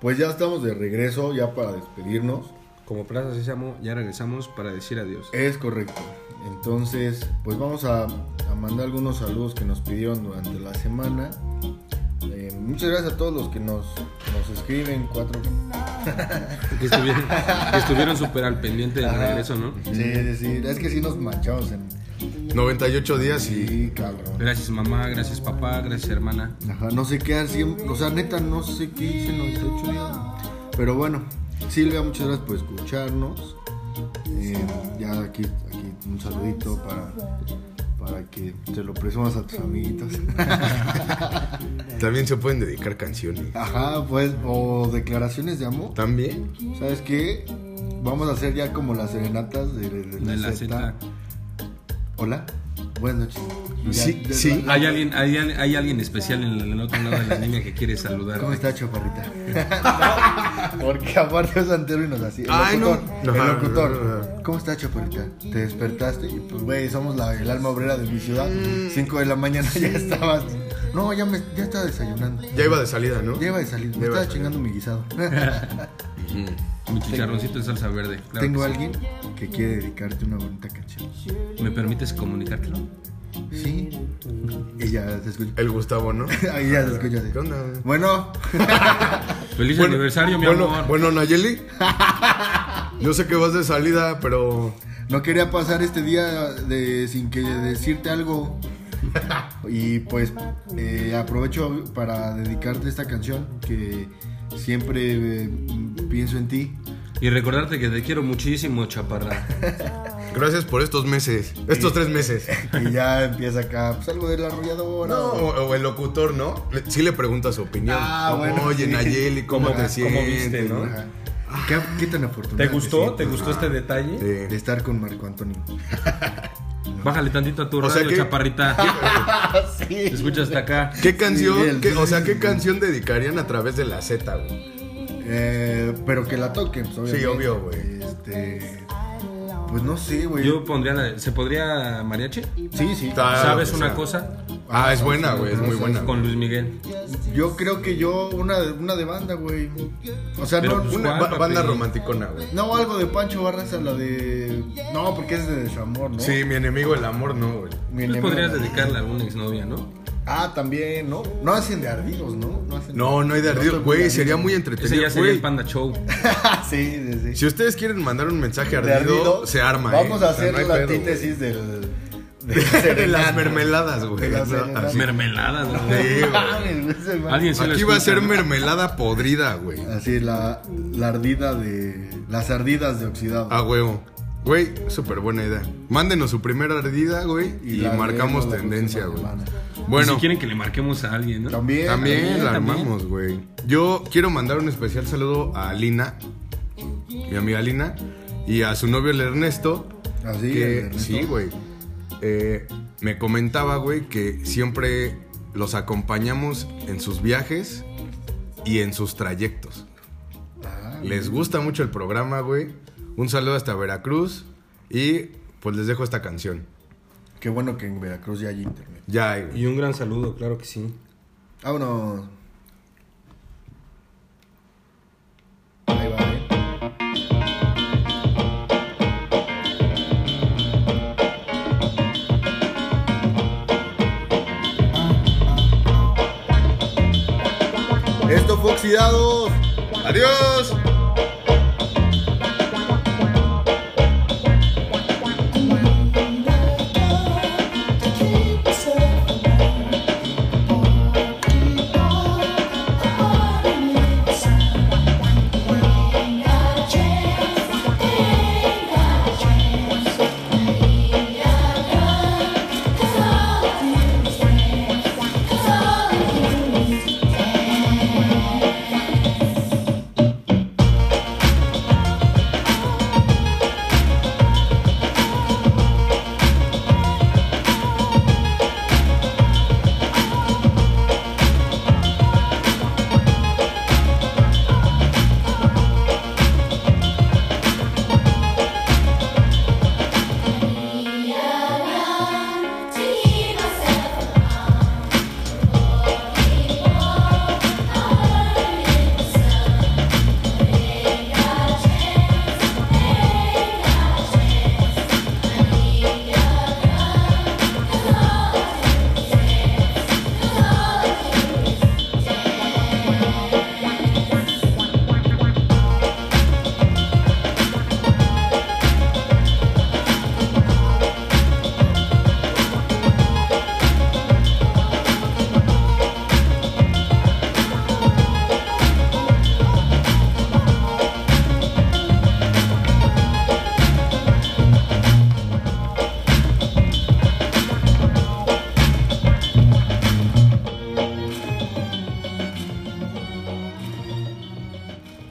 Speaker 6: Pues ya estamos de regreso, ya para despedirnos.
Speaker 1: Como Plaza Sésamo, ya regresamos para decir adiós.
Speaker 6: Es correcto. Entonces, pues vamos a, a mandar algunos saludos que nos pidieron durante la semana. Eh, muchas gracias a todos los que nos, nos escriben. Cuatro.
Speaker 1: Que estuvieron que estuvieron súper al pendiente del regreso, ¿no?
Speaker 6: Sí, sí, sí. Es que sí nos manchamos en.
Speaker 2: 98 días y
Speaker 6: Sí, cabrón.
Speaker 1: Gracias mamá, gracias papá, gracias hermana.
Speaker 6: Ajá, no sé qué hacen. O sea, neta, no sé qué hice en 98 días. Pero bueno, Silvia, muchas gracias por escucharnos. Eh, ya aquí, aquí un saludito para, para que te lo presumas a tus amiguitos.
Speaker 2: también se pueden dedicar canciones.
Speaker 6: Ajá, pues, o declaraciones de amor.
Speaker 2: También.
Speaker 6: ¿Sabes qué? Vamos a hacer ya como las serenatas de, de- de
Speaker 1: De la
Speaker 6: Zeta.
Speaker 1: Z.
Speaker 6: Hola, buenas noches.
Speaker 2: Sí,
Speaker 6: ya-
Speaker 2: sí.
Speaker 6: ya-
Speaker 1: Hay alguien, hay, al- hay alguien especial en el, en el otro lado de la línea que quiere saludar.
Speaker 6: ¿Cómo está, chaparrita? Porque aparte es antero y nos así. El
Speaker 2: Ay, no.
Speaker 6: locutor. El
Speaker 2: Ajá.
Speaker 6: locutor. ¿Cómo está, chaparrita? ¿Te despertaste? Y pues, güey, somos la- el alma obrera de mi ciudad.
Speaker 2: Mm.
Speaker 6: 5 de la mañana ya estabas. No, ya, me, ya estaba desayunando.
Speaker 2: Ya iba de salida, ¿no?
Speaker 6: Ya iba de salir.
Speaker 2: Ya
Speaker 6: Me
Speaker 2: iba
Speaker 6: estaba
Speaker 2: de
Speaker 6: chingando mi guisado.
Speaker 1: Mi chicharroncito de salsa verde. claro
Speaker 6: Tengo
Speaker 1: que sí.
Speaker 6: alguien que quiere dedicarte una bonita canción.
Speaker 1: ¿Me permites comunicártelo?
Speaker 6: Sí. Y ya se escucha.
Speaker 2: El Gustavo, ¿no?
Speaker 6: Ahí ya se escucha. así.
Speaker 2: ¿Qué onda?
Speaker 6: Bueno,
Speaker 1: Feliz
Speaker 2: Bueno,
Speaker 1: aniversario, mi
Speaker 2: bueno,
Speaker 1: amor.
Speaker 2: Bueno, Nayeli. Yo sé que vas de salida, pero
Speaker 6: no quería pasar este día de, sin que decirte algo. Y pues eh, aprovecho para dedicarte esta canción que siempre eh, pienso en ti.
Speaker 1: Y recordarte que te quiero muchísimo, chaparra.
Speaker 2: gracias por estos meses. Estos tres meses.
Speaker 6: Y ya empieza acá, pues algo de la arrolladora.
Speaker 2: No, o, o el locutor, ¿no? Le- Sí le pregunta su opinión.
Speaker 6: Ah,
Speaker 2: Como,
Speaker 6: bueno,
Speaker 2: Oye,
Speaker 6: sí.
Speaker 2: Nayeli, ¿cómo,
Speaker 1: ¿Cómo-
Speaker 2: te
Speaker 1: cómo
Speaker 2: sientes?
Speaker 1: viste, no?
Speaker 6: Ajá. ¿Qué, qué tan afortunado.
Speaker 1: ¿Te
Speaker 6: que
Speaker 1: gustó?
Speaker 6: sí,
Speaker 1: ¿Te gustó este detalle?
Speaker 2: Sí.
Speaker 6: De estar con Marco Antonio.
Speaker 1: Bájale tantito a tu
Speaker 2: O sea
Speaker 1: radio,
Speaker 2: que-
Speaker 1: chaparrita.
Speaker 6: Sí.
Speaker 1: Te escucho hasta acá.
Speaker 2: ¿Qué canción?
Speaker 6: Sí, el-
Speaker 2: qué- o sea, ¿qué canción dedicarían a través de la Z, güey?
Speaker 6: Eh, pero que la toquen, pues, obviamente.
Speaker 2: Sí, obvio, güey.
Speaker 6: Este. Pues no sé, güey.
Speaker 1: Yo pondría la- ¿Se podría mariachi?
Speaker 6: Sí, sí.
Speaker 2: Claro
Speaker 1: ¿Sabes
Speaker 2: Ah, que
Speaker 1: una
Speaker 2: sea.
Speaker 1: cosa?
Speaker 2: Ah, es buena, güey, es muy buena.
Speaker 1: Con Luis Miguel.
Speaker 2: Ah,
Speaker 6: Yo creo que yo una de, una de banda, güey. O sea,
Speaker 1: Pero,
Speaker 6: no,
Speaker 1: pues,
Speaker 6: una-
Speaker 2: Una
Speaker 1: ¿Cuál,
Speaker 2: ba-
Speaker 1: papi?
Speaker 2: banda romanticona, güey.
Speaker 6: no algo de Pancho Barraza, la de. No, porque es de desamor, ¿no?
Speaker 2: Sí, mi enemigo el amor, no, güey.
Speaker 6: Mi
Speaker 1: Pues
Speaker 6: enemigo.
Speaker 1: podrías dedicarla a una exnovia, ¿no?
Speaker 6: Ah, también, ¿no? No hacen de ardidos, ¿no? No, hacen
Speaker 2: No, no hay de ardido,
Speaker 6: estoy muy
Speaker 2: güey.
Speaker 6: ardido.
Speaker 2: Sería muy
Speaker 1: Ese
Speaker 2: entretenido,
Speaker 1: ya sería
Speaker 2: güey.
Speaker 1: el Panda Show.
Speaker 6: Ah, sí, sí, sí.
Speaker 2: Si ustedes quieren mandar un mensaje
Speaker 6: De
Speaker 2: ardido,
Speaker 6: ardido,
Speaker 2: se arma.
Speaker 6: Vamos
Speaker 2: eh.
Speaker 6: a
Speaker 2: O sea,
Speaker 6: hacer
Speaker 2: no hay
Speaker 6: la
Speaker 2: pedo,
Speaker 6: antítesis del.
Speaker 2: güey. de las mermeladas, güey.
Speaker 6: De las
Speaker 2: No,
Speaker 6: mermeladas.
Speaker 2: así.
Speaker 1: Mermeladas, ¿no?
Speaker 2: Sí, güey.
Speaker 6: Mames, ese man.
Speaker 1: Alguien sí lo
Speaker 2: Aquí va a ser
Speaker 1: escucha, ¿no?
Speaker 2: mermelada podrida, güey.
Speaker 6: Así, la, la ardida de. Las ardidas de oxidado.
Speaker 2: A huevo. Güey, súper buena idea. Mándenos su primera ardida, güey, y,
Speaker 6: la
Speaker 2: marcamos
Speaker 6: leemos la
Speaker 2: tendencia, güey.
Speaker 6: próxima semana.
Speaker 1: Y
Speaker 2: Bueno,
Speaker 1: si quieren que le marquemos a alguien, ¿no?
Speaker 6: También.
Speaker 2: también, la
Speaker 1: también.
Speaker 2: armamos, güey. Yo quiero mandar un especial saludo a Lina, mi amiga Lina, y a su novio el Ernesto.
Speaker 6: Así,
Speaker 2: que-
Speaker 6: el Ernesto.
Speaker 2: sí, güey. Eh, me comentaba, güey, que siempre los acompañamos en sus viajes y en sus trayectos.
Speaker 6: Ah,
Speaker 2: Les gusta mucho el programa, güey. Un saludo hasta Veracruz. Y pues les dejo esta canción.
Speaker 6: Qué bueno que en Veracruz ya hay internet.
Speaker 2: Ya, hay, güey.
Speaker 1: Y un gran saludo, claro que sí.
Speaker 6: Vámonos. Ahí va, ¿eh?
Speaker 2: oxidados. Adiós.